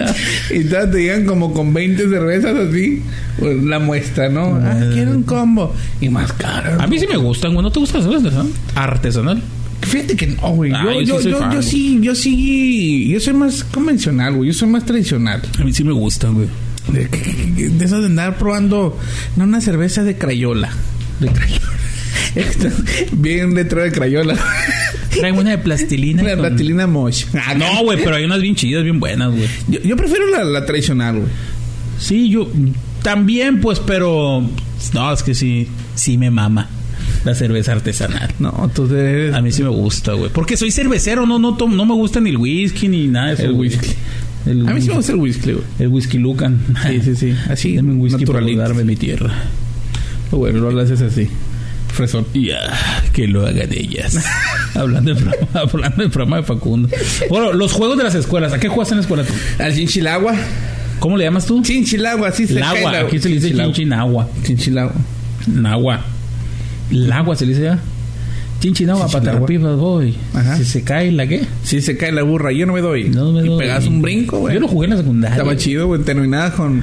Speaker 3: Y todas te llegan como con 20 cervezas así, pues, la muestra, ¿no? Ah, quiero un combo. Y más caro.
Speaker 2: A mí sí me gustan, güey. ¿No te gusta la cerveza artesanal? Artesanal.
Speaker 3: Fíjate que no, güey.
Speaker 2: Ah,
Speaker 3: yo,
Speaker 2: yo sí
Speaker 3: yo,
Speaker 2: soy
Speaker 3: yo-
Speaker 2: fan,
Speaker 3: yo
Speaker 2: güey.
Speaker 3: sí, yo sí, yo soy más convencional, güey. Yo soy más tradicional.
Speaker 2: A mí sí me gustan, güey.
Speaker 3: De, de eso de andar probando no, una cerveza de crayola. De crayola. Esto, Bien letra de crayola.
Speaker 2: Traen una de plastilina.
Speaker 3: La
Speaker 2: con-
Speaker 3: platilina mosh. Ah,
Speaker 2: No, güey, pero hay unas bien chidas, bien buenas, güey.
Speaker 3: Yo, yo prefiero la, la tradicional, güey.
Speaker 2: Sí, yo también, pues, pero. No, es que sí, sí me mama la cerveza artesanal.
Speaker 3: No, entonces.
Speaker 2: A mí sí me gusta, güey. Porque soy cervecero, no, no, tom- no me gusta ni el whisky ni nada de eso.
Speaker 3: El
Speaker 2: güey.
Speaker 3: whisky.
Speaker 2: El,
Speaker 3: A mí sí me gusta el whisky, güey.
Speaker 2: El whisky Lucan.
Speaker 3: Sí, sí, sí. Así.
Speaker 2: Dame un whisky para
Speaker 3: naturalito.
Speaker 2: darme mi tierra.
Speaker 3: Bueno, lo haces así. Fresón.
Speaker 2: Ya, ah, que lo hagan ellas. hablando, de programa, hablando de programa de Facundo. Bueno, los juegos de las escuelas. ¿A qué juegas en la escuela tú?
Speaker 3: Al chinchilagua.
Speaker 2: ¿Cómo le llamas tú?
Speaker 3: Chinchilagua, así se
Speaker 2: El
Speaker 3: cae
Speaker 2: agua.
Speaker 3: la-
Speaker 2: Aquí se le dice
Speaker 3: Chinchilagua.
Speaker 2: chinchinagua.
Speaker 3: Chinchilagua.
Speaker 2: Nagua. El agua se le dice ¿ah? ya. Chinchinagua,
Speaker 3: Chinchinagua.
Speaker 2: patarpipas, voy.
Speaker 3: Ajá.
Speaker 2: Si se cae, ¿la qué?
Speaker 3: Si se cae la burra, yo no me doy.
Speaker 2: No me
Speaker 3: y
Speaker 2: doy.
Speaker 3: pegas un brinco, güey.
Speaker 2: Yo lo jugué en la secundaria.
Speaker 3: Estaba chido, güey. Terminada con.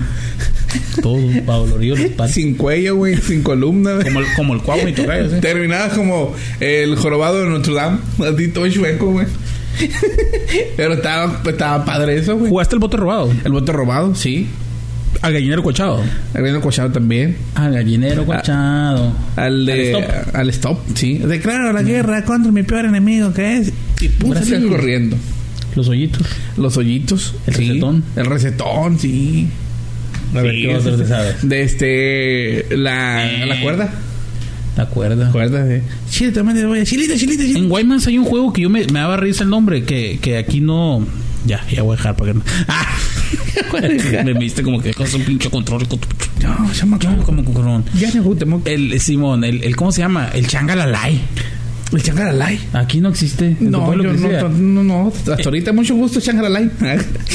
Speaker 2: Todo, pa' dolorido los patos.
Speaker 3: Sin cuello, güey. Sin columna, güey.
Speaker 2: Como el, como el cuau ¿eh? y tocayo, ¿sí?
Speaker 3: Terminaba como el jorobado de Notre Dame. Así todo chueco, güey. Pero estaba, estaba padre eso, güey.
Speaker 2: ¿Jugaste el bote robado?
Speaker 3: El bote robado, sí.
Speaker 2: Al gallinero Ah. cochado.
Speaker 3: El reino cochado también.
Speaker 2: Al gallinero cochado.
Speaker 3: Al de.
Speaker 2: Al stop.
Speaker 3: Al stop, sí. Declaro la guerra contra mi peor enemigo, que es. Y pum,
Speaker 2: Brasil.
Speaker 3: salían corriendo.
Speaker 2: Los hoyitos.
Speaker 3: Los hoyitos.
Speaker 2: El
Speaker 3: sí.
Speaker 2: recetón.
Speaker 3: El recetón, sí.
Speaker 2: A ver,
Speaker 3: Sí,
Speaker 2: ¿qué otro te sabes?
Speaker 3: De este. La,
Speaker 2: Eh.
Speaker 3: la cuerda.
Speaker 2: ¿Te acuerdas?
Speaker 3: Cuerda de. Chile, toma de cebolla. eh, Chilita, chilita, chilita.
Speaker 2: En Guaymas hay un juego que yo me, me daba risa el nombre, que, que aquí no. Ya, ya voy a dejar para que no. ¡Ah! me viste como que con un pinche control. Con tu pinche-
Speaker 3: No, se me
Speaker 2: Yo como con con-
Speaker 3: Ya me gusta, mo-
Speaker 2: El Simón, el, el- ¿cómo se llama? El Changalalay.
Speaker 3: El changaralay.
Speaker 2: Aquí no existe. ¿En tu
Speaker 3: No,
Speaker 2: pueblo
Speaker 3: yo no,
Speaker 2: existe?
Speaker 3: no, no, no. Hasta ahorita mucho gusto, changaralay.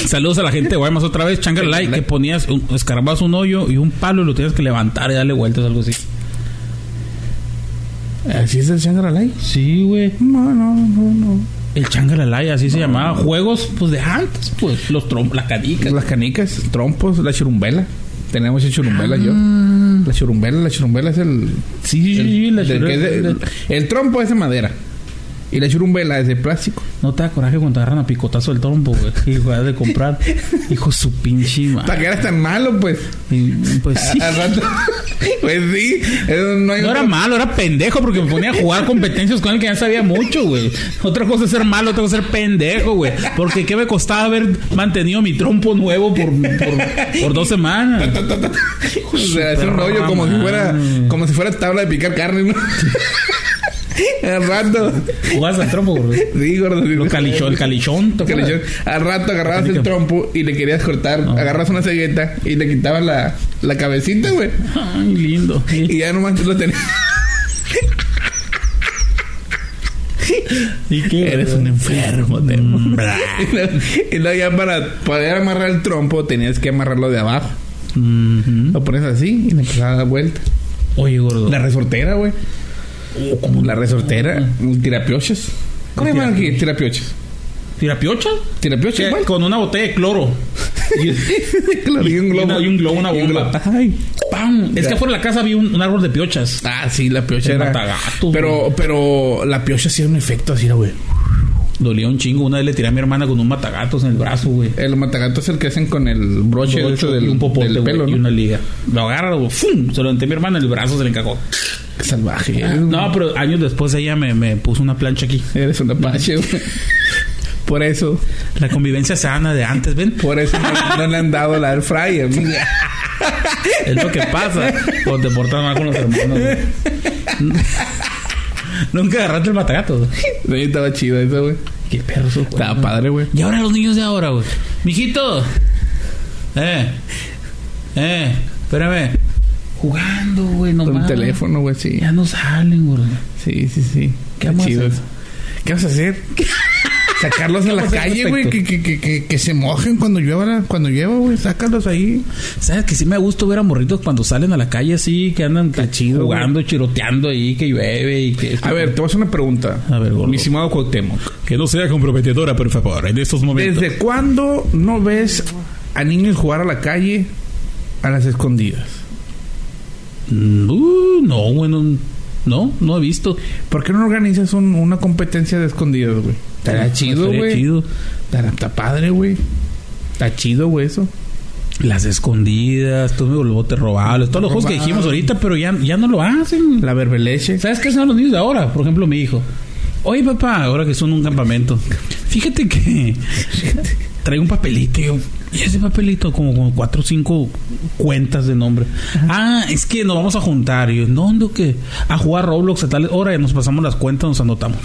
Speaker 2: Saludos a la gente de Guaymas otra vez. Changalalay, que ponías, un, escarbabas un hoyo y un palo y lo tenías que levantar y darle vueltas, algo así.
Speaker 3: ¿Así es el changaralay?
Speaker 2: Sí, güey.
Speaker 3: No, no, no, no.
Speaker 2: El Changalalay, así se llamaba. Juegos, pues de antes, pues. Los trom la cadica.
Speaker 3: Las canicas, trompos, la churumbela. Tenemos el churumbela yo. La churumbela, la churumbela es el.
Speaker 2: Sí, sí, sí,
Speaker 3: el,
Speaker 2: la
Speaker 3: del que es de- el trompo es de madera. Y la churumbela es de plástico.
Speaker 2: No te da coraje cuando te agarran a picotazo el trompo, güey. Y lugar de comprar. Hijo su pinche
Speaker 3: ¿Para
Speaker 2: madre.
Speaker 3: qué eras tan malo, pues?
Speaker 2: Y, Pues Ah. sí.
Speaker 3: Al rato. pues sí. eso no hay
Speaker 2: No
Speaker 3: otra-
Speaker 2: era malo, era pendejo porque me ponía a jugar competencias con el que ya sabía mucho, güey. Otra cosa es ser malo, otra cosa es ser pendejo, güey. Porque qué me costaba haber mantenido mi trompo nuevo por, por, por dos semanas.
Speaker 3: O sea, es un
Speaker 2: Perra
Speaker 3: rollo como si
Speaker 2: madre.
Speaker 3: fuera como si fuera tabla de picar carne, ¿no? Al rato.
Speaker 2: Jugabas al trompo, güey.
Speaker 3: Sí, gordo. sí.
Speaker 2: Lo calichón, el calichón. ¿te
Speaker 3: Que le
Speaker 2: acuerdas?
Speaker 3: echó- Al rato agarrabas
Speaker 2: Calica.
Speaker 3: el trompo y le querías cortar,
Speaker 2: Ah.
Speaker 3: agarras una cegueta y le quitabas la, la cabecita, güey.
Speaker 2: Ay, lindo.
Speaker 3: Y ya nomás lo tenías.
Speaker 2: ¿Y qué?
Speaker 3: Eres un enfermo, Temo.
Speaker 2: Mm.
Speaker 3: y luego- y luego ya para poder amarrar el trompo tenías que amarrarlo de abajo.
Speaker 2: Mhm.
Speaker 3: Lo pones así y le empezaba a dar vuelta.
Speaker 2: Oye, gordo.
Speaker 3: La resortera, güey. La resortera,
Speaker 2: Mm.
Speaker 3: un tirapiochas. ¿Cómo
Speaker 2: Un
Speaker 3: llaman aquí? Tirapiochas.
Speaker 2: ¿Tira piocha?
Speaker 3: Tirapiochas, güey.
Speaker 2: Con una botella de cloro.
Speaker 3: Claro, y un
Speaker 2: Y
Speaker 3: globo.
Speaker 2: una- y un globo, una
Speaker 3: Y un
Speaker 2: bomba.
Speaker 3: globo. Ay.
Speaker 2: ¡Pam! Es que afuera de la casa había un, un árbol de piochas.
Speaker 3: Ah, sí, la piocha
Speaker 2: El
Speaker 3: era.
Speaker 2: matagato,
Speaker 3: pero, pero la piocha hacía un efecto así, güey.
Speaker 2: Dolía un chingo. Una vez le tiré a mi hermana con un matagatos en el brazo, güey.
Speaker 3: El matagato es el que hacen con el broche,
Speaker 2: Ocho
Speaker 3: ese
Speaker 2: y
Speaker 3: del,
Speaker 2: un popote,
Speaker 3: del
Speaker 2: güey,
Speaker 3: pelo,
Speaker 2: y
Speaker 3: ¿no?
Speaker 2: una liga. Lo agarra, güey, ¡fum! Se lo aventé a mi hermana, el brazo se le encajó.
Speaker 3: Qué salvaje. Eres,
Speaker 2: Ah, No, pero años después ella me, me puso una plancha aquí.
Speaker 3: eres un apache, güey. Por eso,
Speaker 2: La convivencia sana de antes, ¿ven?
Speaker 3: por eso no, no le han dado la air fryer. ¿no?
Speaker 2: Es lo que pasa cuando te portas mal con los hermanos, güey. Nunca agarraste el matagatos. güey.
Speaker 3: Sí, estaba chido eso, güey.
Speaker 2: Qué perro eso, güey.
Speaker 3: Estaba padre, güey.
Speaker 2: Y ahora los niños de ahora, güey. Mijito. Eh. Eh. Espérame. Jugando, güey. No
Speaker 3: Con
Speaker 2: mames.
Speaker 3: teléfono, güey, sí.
Speaker 2: Ya no salen, güey.
Speaker 3: Sí, sí, sí.
Speaker 2: ¿Qué vamos a hacer?
Speaker 3: eso. ¿Qué vas a hacer? Sacarlos a la
Speaker 2: vamos a hacer
Speaker 3: calle,
Speaker 2: al
Speaker 3: güey. Que,
Speaker 2: respecto?
Speaker 3: que, que, que, que se mojen cuando llueva, la- cuando llueva, güey. Sácalos ahí.
Speaker 2: ¿Sabes que sí me da gusto ver a morritos cuando salen a la calle así? Que andan cachido jugando, chiroteando ahí, que llueve y que...
Speaker 3: A ver, te voy a hacer una pregunta.
Speaker 2: A ver, gordo.
Speaker 3: Mi estimado Cuauhtémoc.
Speaker 2: Que no sea comprometedora, por favor, en estos
Speaker 3: ¿Desde cuándo no ves a niños jugar a la calle a las escondidas?
Speaker 2: Uh, no, bueno... No, no he visto.
Speaker 3: ¿Por qué no organizas un- una competencia de escondidas, güey? Estará chido,
Speaker 2: Estaría
Speaker 3: güey.
Speaker 2: chido.
Speaker 3: Estará- Está padre, güey. Está chido, güey, eso.
Speaker 2: Las escondidas, tú me bote robado, todos los juegos que
Speaker 3: Robado.
Speaker 2: dijimos ahorita, pero ya, ya no lo hacen.
Speaker 3: La verbeleche.
Speaker 2: ¿Sabes qué son los niños de ahora? Por ejemplo, mi hijo. Oye, papá, ahora que son un campamento. Fíjate que traigo un papelito. y yo, y ese papelito, como con cuatro o cinco cuentas de nombre. Ah, es que nos vamos a juntar. Y yo, no, ¿dónde o qué? A jugar Roblox a tal hora. Y nos pasamos las cuentas, nos anotamos.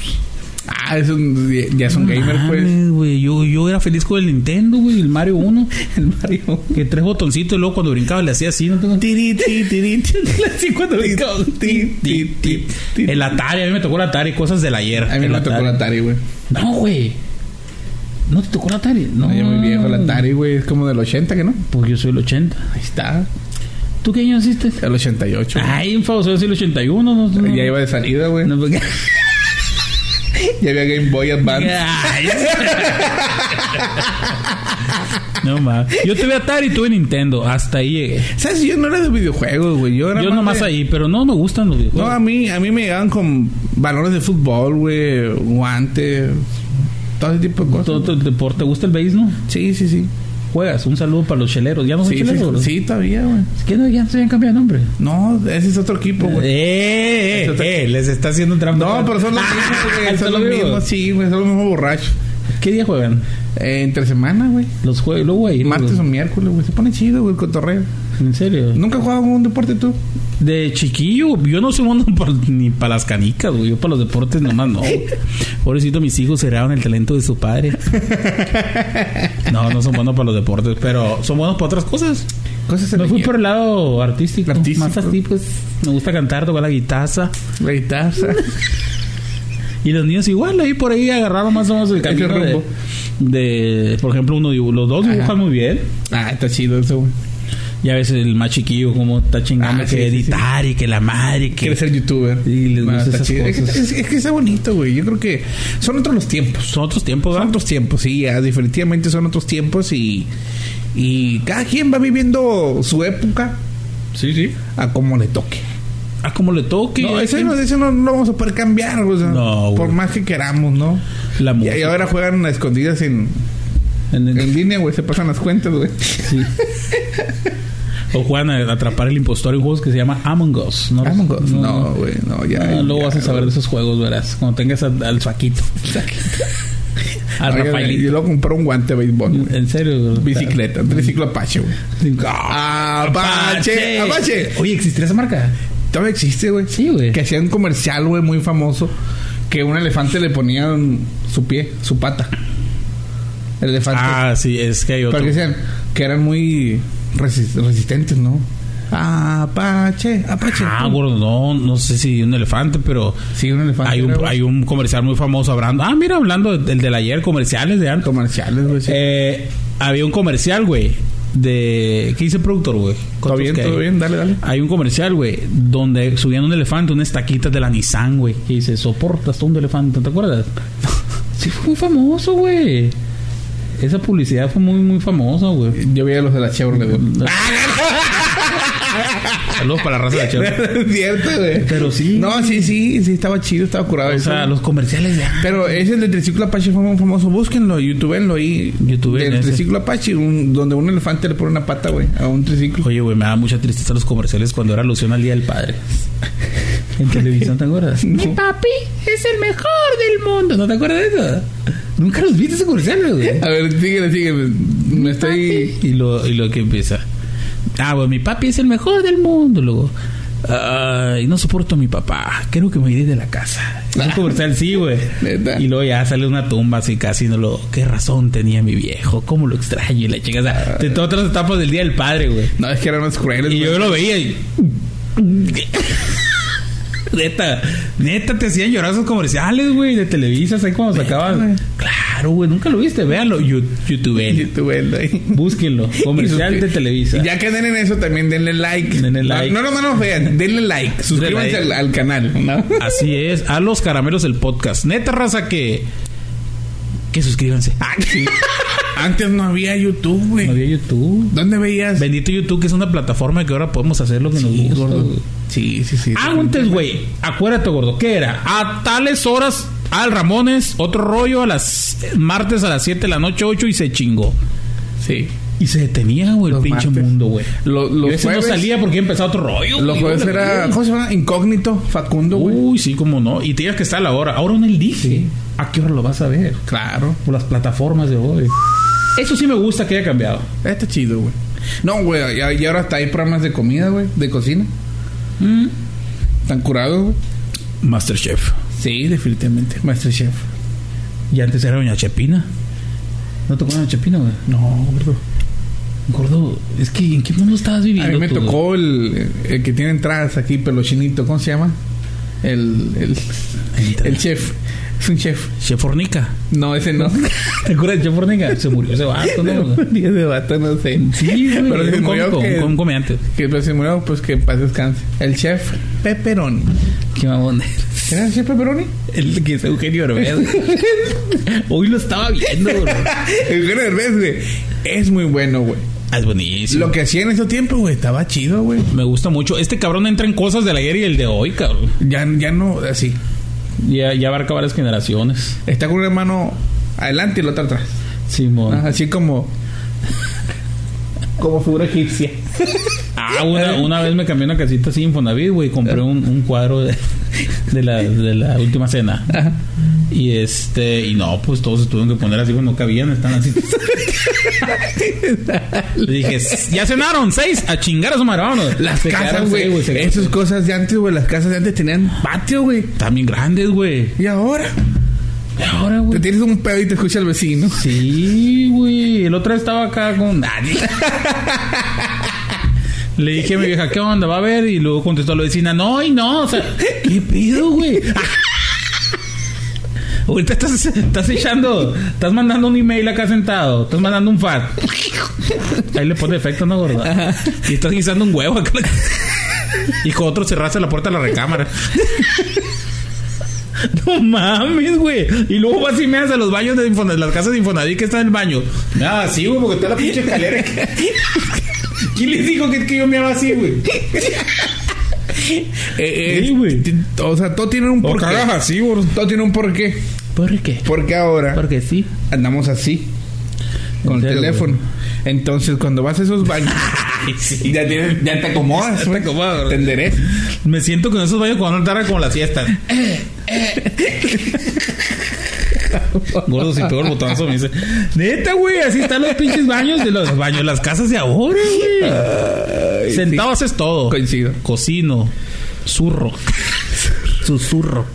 Speaker 3: Ah, es un, ya es un gamer, pues.
Speaker 2: Mames, güey, yo, yo era feliz con el Nintendo, güey, el Mario 1.
Speaker 3: El Mario.
Speaker 2: Que tres botoncitos y luego cuando brincaba le hacía así, ¿no? Tengo-
Speaker 3: Tiri, ti, tiri, ti,
Speaker 2: Así cuando brincaba.
Speaker 3: ti, ti, ti, ti.
Speaker 2: El Atari, a mí me tocó el Atari, cosas del ayer.
Speaker 3: A mí me tocó el Atari, güey.
Speaker 2: No, güey. ¿No te tocó el Atari? No,
Speaker 3: No, ya muy viejo el Atari, güey. Es como del 80, ¿que no?
Speaker 2: Pues yo soy el 80.
Speaker 3: Ahí está.
Speaker 2: ¿Tú qué año naciste?
Speaker 3: El 88. güey.
Speaker 2: Ay, un favor, soy el 81. No, Ah, no,
Speaker 3: Ya iba de salida, güey.
Speaker 2: No, porque-
Speaker 3: Ya había Game Boy Advance.
Speaker 2: Ay. No, ma. Yo tuve Atari y tuve Nintendo. Hasta ahí llegué.
Speaker 3: ¿Sabes? Yo no era de videojuegos, güey. Yo era
Speaker 2: Yo nomás
Speaker 3: de-
Speaker 2: ahí, pero no ah, me gustan los
Speaker 3: No,
Speaker 2: videojuegos.
Speaker 3: a mí, a mí me llegaban con balones de fútbol, güey, guantes, todo ese tipo de cosas.
Speaker 2: Todo el deporte. ¿Te gusta el base, no?
Speaker 3: Sí, sí, sí.
Speaker 2: Juegas. Un saludo para los cheleros. ¿Ya no son
Speaker 3: Sí, sí,
Speaker 2: cheleros? bro?
Speaker 3: sí, todavía, güey.
Speaker 2: ¿Qué no? Ya se habían cambiado de nombre.
Speaker 3: No, ese es otro equipo, güey.
Speaker 2: Eh, eh, eh, les está haciendo trampa.
Speaker 3: No, pero son los mismos, güey. Son los mismos, sí, güey. Son los mismos borrachos.
Speaker 2: ¿Qué día juegan?
Speaker 3: Eh, entre semana, güey.
Speaker 2: Los juegos, luego ahí. pues,
Speaker 3: Martes o miércoles, güey. Se pone chido, güey, el cotorreo.
Speaker 2: En serio.
Speaker 3: ¿Nunca has jugado un deporte tú?
Speaker 2: De chiquillo, yo no soy bueno pa- ni para las canicas, güey. Yo para los deportes nomás no. güey. Pobrecito, mis hijos heredaron el talento de su padre. No, no son buenos para los deportes, pero son buenos para otras cosas.
Speaker 3: Cosas en
Speaker 2: Me
Speaker 3: la
Speaker 2: fui
Speaker 3: guía.
Speaker 2: por el lado artístico.
Speaker 3: Artístico.
Speaker 2: Más así, pues. Me gusta cantar, tocar la guitarra.
Speaker 3: La guitarra.
Speaker 2: Y los niños igual, ahí por ahí agarraron más o menos el
Speaker 3: Ese
Speaker 2: camino de,
Speaker 3: rumbo.
Speaker 2: de- Por ejemplo, uno dibu- los dos
Speaker 3: Ajá.
Speaker 2: dibujan muy bien.
Speaker 3: ah, está chido eso, güey.
Speaker 2: Ya ves el más chiquillo como está chingando
Speaker 3: Ah,
Speaker 2: que
Speaker 3: sí, sí, sí.
Speaker 2: editar y que la madre que...
Speaker 3: Quiere ser youtuber.
Speaker 2: Y les
Speaker 3: Ah,
Speaker 2: gusta
Speaker 3: está
Speaker 2: esas
Speaker 3: chido. Es que-
Speaker 2: cosas.
Speaker 3: Es, es que está bonito, güey. Yo creo que son otros los tiempos.
Speaker 2: Son otros tiempos,
Speaker 3: Son
Speaker 2: ¿verdad?
Speaker 3: otros tiempos, sí, ya, definitivamente son otros tiempos y, y cada quien va viviendo su época
Speaker 2: Sí, sí.
Speaker 3: a como le toque.
Speaker 2: a ah, como le toque.
Speaker 3: No,
Speaker 2: Hay
Speaker 3: ese,
Speaker 2: gente-
Speaker 3: no, ese no lo vamos a poder cambiar, o sea,
Speaker 2: No, güey.
Speaker 3: por más que queramos, ¿no?
Speaker 2: La
Speaker 3: y, y
Speaker 2: música.
Speaker 3: ahora juegan a escondidas en,
Speaker 2: en- en-
Speaker 3: en línea, güey, se pasan las cuentas, güey.
Speaker 2: O juegan a atrapar el impostor en juegos que se llama Among Us. No,
Speaker 3: Among Us. No, güey, no, ya.
Speaker 2: Ah, luego
Speaker 3: ya,
Speaker 2: vas a saber de
Speaker 3: güey.
Speaker 2: esos juegos, verás. Cuando tengas al, al Suaquito. al
Speaker 3: Oiga, güey,
Speaker 2: Rafaelito.
Speaker 3: Yo luego compré un guante de béisbol, güey.
Speaker 2: En serio. Ah, güey.
Speaker 3: Bicicleta, triciclo Apache, güey. Apache, Apache.
Speaker 2: Oye, ¿existirá esa marca?
Speaker 3: Todavía existe, güey.
Speaker 2: Sí, güey.
Speaker 3: Que hacía un comercial, güey, muy famoso. Que un elefante le ponían su pie, su pata. El elefante.
Speaker 2: Ah, sí, es que hay otro.
Speaker 3: Para que sean, que eran muy resi- resistentes, ¿no? Apache, Apache.
Speaker 2: Ah, gordo, no, no sé si un elefante, pero
Speaker 3: Sí, un elefante.
Speaker 2: hay un,
Speaker 3: era,
Speaker 2: hay un comercial muy famoso hablando. Ah, mira, hablando de- del del ayer, comerciales de
Speaker 3: güey.
Speaker 2: antes.
Speaker 3: comerciales, güey. sí.
Speaker 2: Eh, había un comercial, güey, de... ¿Qué dice el productor, güey?
Speaker 3: todo bien,
Speaker 2: ¿Cuántos que
Speaker 3: todo
Speaker 2: hay?
Speaker 3: bien, dale, dale.
Speaker 2: Hay un comercial, güey, donde subían un elefante, unas taquitas de la Nissan, güey, que dice, soportas todo un elefante, ¿te acuerdas? sí, fue muy famoso, güey. Esa publicidad fue muy, muy famosa, güey.
Speaker 3: Yo veía los de la Chevrolet, güey.
Speaker 2: Saludos para la raza de Chevrolet.
Speaker 3: Es cierto, güey.
Speaker 2: Pero sí.
Speaker 3: No, sí, sí, sí, estaba chido, estaba curado.
Speaker 2: O
Speaker 3: eso,
Speaker 2: sea,
Speaker 3: güey.
Speaker 2: los comerciales de...
Speaker 3: Pero ese el de triciclo Apache fue muy famoso. Búsquenlo, youtubenlo ahí.
Speaker 2: Youtuben
Speaker 3: El
Speaker 2: ese.
Speaker 3: triciclo Apache, un- donde un elefante le pone una pata, güey, a un triciclo.
Speaker 2: Oye, güey, me da mucha tristeza los comerciales cuando era alusión al Día del Padre. En televisión, ¿te acuerdas? Mi papi es el mejor del mundo. ¿No te acuerdas de eso? Nunca los viste ese comercial, güey.
Speaker 3: A ver, síguele, síguele. Me estoy.
Speaker 2: Y lo, y lo que empieza. Ah, güey, mi papi es el mejor del mundo, luego. Ay, no soporto a mi papá. Creo que me iré de la casa. Es un comercial, sí, güey.
Speaker 3: Neta.
Speaker 2: Y luego ya sale una tumba así casi no lo. ¿Qué razón tenía mi viejo? ¿Cómo lo extraño? Y la chica, o sea, de todas las etapas del día del padre, güey.
Speaker 3: No, es que eran unos crueles,
Speaker 2: Y
Speaker 3: güey.
Speaker 2: yo lo veía y. Neta, neta, te hacían llorar esos comerciales, güey, de Televisa, ¿sabes cómo sacaban? Claro, güey, nunca lo viste, véanlo, You- YouTube,
Speaker 3: Youtubenlo ahí.
Speaker 2: búsquenlo, comercial de Televisa.
Speaker 3: Y ya que den en eso también, denle like. Ah,
Speaker 2: Denle like.
Speaker 3: No, no, no, no, vean, denle like. Suscríbanse
Speaker 2: like.
Speaker 3: Al, al canal, ¿no?
Speaker 2: Así es, a los caramelos el podcast. Neta, raza, que. Que suscríbanse.
Speaker 3: Ah, sí. Antes no había YouTube, güey.
Speaker 2: No había YouTube.
Speaker 3: ¿Dónde veías?
Speaker 2: Bendito YouTube, que es una plataforma que ahora podemos hacer lo que nos Ah,
Speaker 3: Sí,
Speaker 2: gusta.
Speaker 3: gordo.
Speaker 2: güey.
Speaker 3: Sí, sí, sí.
Speaker 2: Antes, güey, acuérdate, gordo, ¿qué era? A tales horas, al Ramones, otro rollo, a las eh, martes a las 7 de la noche, 8 y se chingó.
Speaker 3: Sí.
Speaker 2: Y se detenía, güey, el
Speaker 3: Los
Speaker 2: pinche
Speaker 3: martes.
Speaker 2: mundo, güey.
Speaker 3: Lo- los
Speaker 2: Yo a veces
Speaker 3: jueves-
Speaker 2: no salía porque empezaba otro rollo.
Speaker 3: Los
Speaker 2: güey,
Speaker 3: jueves
Speaker 2: güey.
Speaker 3: era. ¿Cómo se llama? Incógnito, Facundo, güey.
Speaker 2: Uy, sí, cómo no. Y tenías que estar a la hora. Ahora no él dice. ¿A qué hora lo vas a ver?
Speaker 3: Claro.
Speaker 2: Por las plataformas de hoy. Eso sí me gusta que haya cambiado.
Speaker 3: Está chido, güey. No, güey, ya- y, ahora hasta hay programas de comida, güey, de cocina.
Speaker 2: Mm.
Speaker 3: Están curados, güey.
Speaker 2: Masterchef.
Speaker 3: Sí, definitivamente. Masterchef.
Speaker 2: Y antes era Doña Chepina. ¿No tocó Doña Chepina, güey?
Speaker 3: No, gordo.
Speaker 2: Gordo, es que ¿en qué mundo estabas
Speaker 3: A
Speaker 2: viviendo?
Speaker 3: mí me
Speaker 2: tú, güey?
Speaker 3: tocó el, el que tiene entradas aquí, pelo chinito, ¿cómo se llama? El, el, el chef. Es un chef.
Speaker 2: Chef Fornica.
Speaker 3: No, ese no.
Speaker 2: ¿Te acuerdas de Chef Fornica? Se murió ese vato, ¿no?
Speaker 3: Día de vato, no sé.
Speaker 2: Sí, güey.
Speaker 3: Pero se
Speaker 2: un
Speaker 3: murió
Speaker 2: cómico,
Speaker 3: que-
Speaker 2: un, un comediante.
Speaker 3: Que pues, se murió, pues que en paz descanse. El chef Pepperoni.
Speaker 2: Qué mamón.
Speaker 3: ¿Quién era el chef Pepperoni?
Speaker 2: El que es Eugenio Herbert. Hoy lo estaba viendo, bro.
Speaker 3: Eugenio Derbez, güey. Es muy bueno, güey.
Speaker 2: Ah, Es buenísimo.
Speaker 3: Lo que hacía en ese tiempo, güey, estaba chido, güey.
Speaker 2: Me gusta mucho. Este cabrón entra en cosas del ayer y el de hoy, cabrón.
Speaker 3: Ya, ya no, así.
Speaker 2: Ya, ya abarca varias generaciones.
Speaker 3: Está con una mano adelante y la otra atrás.
Speaker 2: Simón.
Speaker 3: Ah, Así como. como figura egipcia.
Speaker 2: Ah, una, una vez me cambié una casita así en Fonavit, güey. Compré un, un cuadro de, de la, de la última cena.
Speaker 3: Ajá.
Speaker 2: Y este, y no, pues todos se tuvieron que poner así, pues no cabían, están así. Le dije, "S- ya cenaron, seis, a chingar a su madre, vámonos.
Speaker 3: Las
Speaker 2: Se
Speaker 3: casas,
Speaker 2: quedaron seis,
Speaker 3: güey.
Speaker 2: se quedaron
Speaker 3: Esas
Speaker 2: seis.
Speaker 3: cosas de antes, güey. Las casas de antes tenían patio, güey.
Speaker 2: Están bien grandes, güey.
Speaker 3: Y ahora,
Speaker 2: Y Ahora,
Speaker 3: te
Speaker 2: güey.
Speaker 3: tienes un pedo y te escucha el vecino.
Speaker 2: Sí, güey. El otro estaba acá con nadie. Le dije a mi vieja, ¿qué onda? Va a ver. Y luego contestó a la vecina, no, y no. O sea, ¿qué pedo, güey? Ahorita estás, estás echando, estás mandando un email acá sentado, estás mandando un fax. Ahí le pone efecto, ¿no, gordo? Y estás guisando un huevo acá. Y con otro cerraste la puerta de la recámara. No mames, güey. Y luego vas y meas a los baños de Infona- las casas de Infonavit que están en el baño. Nada, sí, güey, porque está la pinche escalera. ¿Quién les dijo que, que yo me así, güey?
Speaker 3: Eh, eh,
Speaker 2: Sí, güey.
Speaker 3: ti- O sea, todo tiene un
Speaker 4: O
Speaker 3: porqué.
Speaker 4: cagas así, bro.
Speaker 3: Todo tiene un porqué.
Speaker 2: ¿Por qué?
Speaker 3: Porque ahora
Speaker 2: Porque sí.
Speaker 3: andamos así. Con el
Speaker 2: En serio,
Speaker 3: teléfono. Entonces, cuando vas a esos baños,
Speaker 2: Ah,
Speaker 3: ya, tienes- ya te acomodas.
Speaker 2: Ya te
Speaker 3: güey.
Speaker 2: acomodas,
Speaker 3: Te
Speaker 2: güey.
Speaker 3: enderezas.
Speaker 2: Me siento con esos baños cuando andara como las fiestas. Gordo, si pego el botonazo me dice, neta, güey, así están los pinches baños de los baños, las casas de ahora, güey. Sentado haces todo.
Speaker 3: Coincido.
Speaker 2: Cocino, zurro, susurro,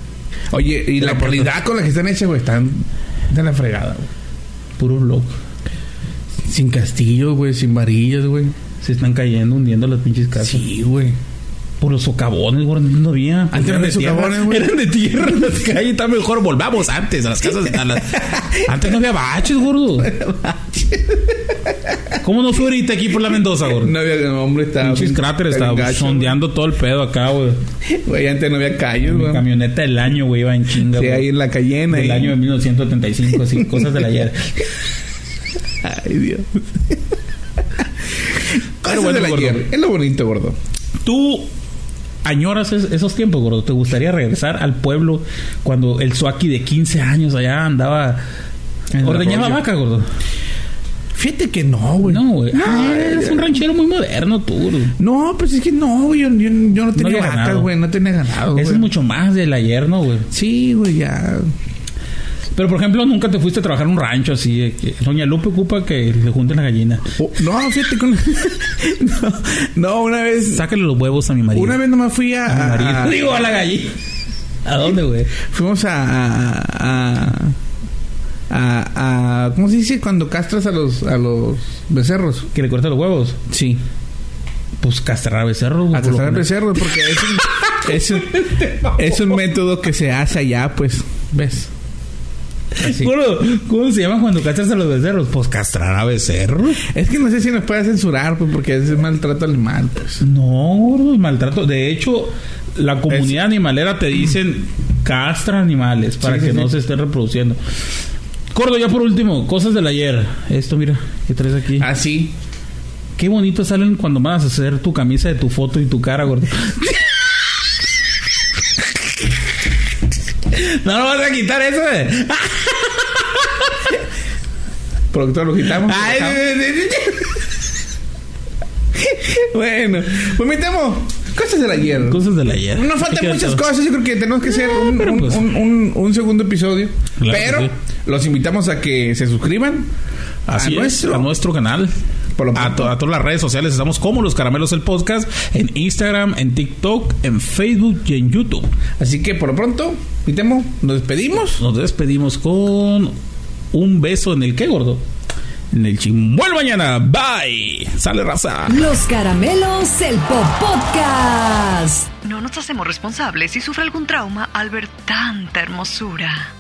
Speaker 3: Oye, y la calidad con la que están hechas, güey, están de la fregada, güey.
Speaker 2: puro blog.
Speaker 3: Sin castillos, güey, sin varillas, güey.
Speaker 2: Se están cayendo, hundiendo las pinches casas.
Speaker 3: Sí, güey.
Speaker 2: Puros socavones, güey, no había.
Speaker 3: Antes
Speaker 2: Eran
Speaker 3: no había
Speaker 2: tierra,
Speaker 3: socavones, güey.
Speaker 2: Eran de tierra las calles, está mejor. Volvamos antes a las casas. a las- Antes no había baches, gordo. ¿Cómo no fue ahorita aquí por la Mendoza, gordo?
Speaker 3: No había hombre, estaba.
Speaker 2: Pinches cráteres, estaba
Speaker 3: gacho,
Speaker 2: sondeando todo el pedo acá, güey.
Speaker 3: Güey, antes no había callos,
Speaker 2: Mi
Speaker 3: güey.
Speaker 2: camioneta del año, güey, iba en chinga,
Speaker 3: Sí,
Speaker 2: güey.
Speaker 3: ahí en la cayena.
Speaker 2: del
Speaker 3: ahí.
Speaker 2: año de 1975, así, cosas del ayer.
Speaker 3: Ay, Dios. Cosas
Speaker 2: bueno,
Speaker 3: del
Speaker 2: gordo.
Speaker 3: ayer. Es lo bonito, gordo.
Speaker 2: Tú añoras es- esos tiempos, gordo. ¿Te gustaría regresar al pueblo cuando el Suaki de 15 años allá andaba...
Speaker 3: En el
Speaker 2: Ordeñaba
Speaker 3: arroyo.
Speaker 2: vaca, gordo.
Speaker 3: Fíjate que no, güey.
Speaker 2: No,
Speaker 3: No,
Speaker 2: güey. Ah, eres un ranchero muy moderno, tú. güey.
Speaker 3: pues es que no, güey. Yo, yo- yo no tenía
Speaker 2: había
Speaker 3: vacas,
Speaker 2: ganado.
Speaker 3: güey. No tenía ganado, güey.
Speaker 2: Eso es mucho más del ayer, ¿no, güey?
Speaker 3: Sí, güey, ya.
Speaker 2: Pero, por ejemplo, nunca te fuiste a trabajar a un rancho así. de que Doña Lupe ocupa que le junten la gallina.
Speaker 3: Oh, no, fíjate que... una- no, no, una vez...
Speaker 2: Sácale los huevos a mi marido.
Speaker 3: Una vez nomás fui a...
Speaker 2: A mi marido.
Speaker 3: a- a-
Speaker 2: Digo, a la gallina. ¿A dónde, güey?
Speaker 3: fuimos a... a, a a- a- ¿Cómo se dice cuando castras a los a los becerros?
Speaker 2: Que le corte los huevos.
Speaker 3: Sí.
Speaker 2: Pues castrar becerro.
Speaker 3: A castrar al becerro, porque es un, es, un, es un método que se hace allá, pues. ¿Ves? Así.
Speaker 2: ¿Cómo se llaman cuando castras a los becerros? Pues castrar a becerro.
Speaker 3: Es que no sé si nos puede censurar, pues, porque es maltrato animal, pues.
Speaker 2: No, gordo, maltrato. De hecho, la comunidad animalera te dicen castra animales para
Speaker 3: Sí, sí,
Speaker 2: que no
Speaker 3: sí.
Speaker 2: se estén reproduciendo. Gordo, ya por último, cosas del ayer. Esto, mira, que traes aquí.
Speaker 3: Así.
Speaker 2: Qué bonito salen cuando vas a hacer tu camisa de tu foto y tu cara, gordo. No lo vas a quitar eso, eh.
Speaker 3: Productor, lo quitamos. lo
Speaker 2: Ay,
Speaker 3: dejamos. bueno, pues metemos cosas de la hierba.
Speaker 2: Cosas del ayer.
Speaker 3: Nos
Speaker 2: Hay
Speaker 3: faltan
Speaker 2: que
Speaker 3: muchas
Speaker 2: todo.
Speaker 3: cosas, yo creo que tenemos que hacer un,
Speaker 2: pero
Speaker 3: un-
Speaker 2: pues-
Speaker 3: un- un- un segundo episodio.
Speaker 2: Claro que
Speaker 3: pero
Speaker 2: sí.
Speaker 3: los invitamos a que se suscriban
Speaker 2: Así
Speaker 3: a
Speaker 2: es,
Speaker 3: nuestro
Speaker 2: a nuestro canal.
Speaker 3: Por lo
Speaker 2: a,
Speaker 3: pronto.
Speaker 2: to- a todas las redes sociales estamos como Los Caramelos el Podcast, en Instagram, en TikTok, en Facebook y en YouTube.
Speaker 3: Así que por lo pronto, Vitemo, nos despedimos.
Speaker 2: Nos despedimos con un beso en el que, gordo. En el chimuelo mañana. Bye. Sale raza.
Speaker 1: Los caramelos, el Pop Podcast.
Speaker 5: No nos hacemos responsables si sufre algún trauma al ver tanta hermosura.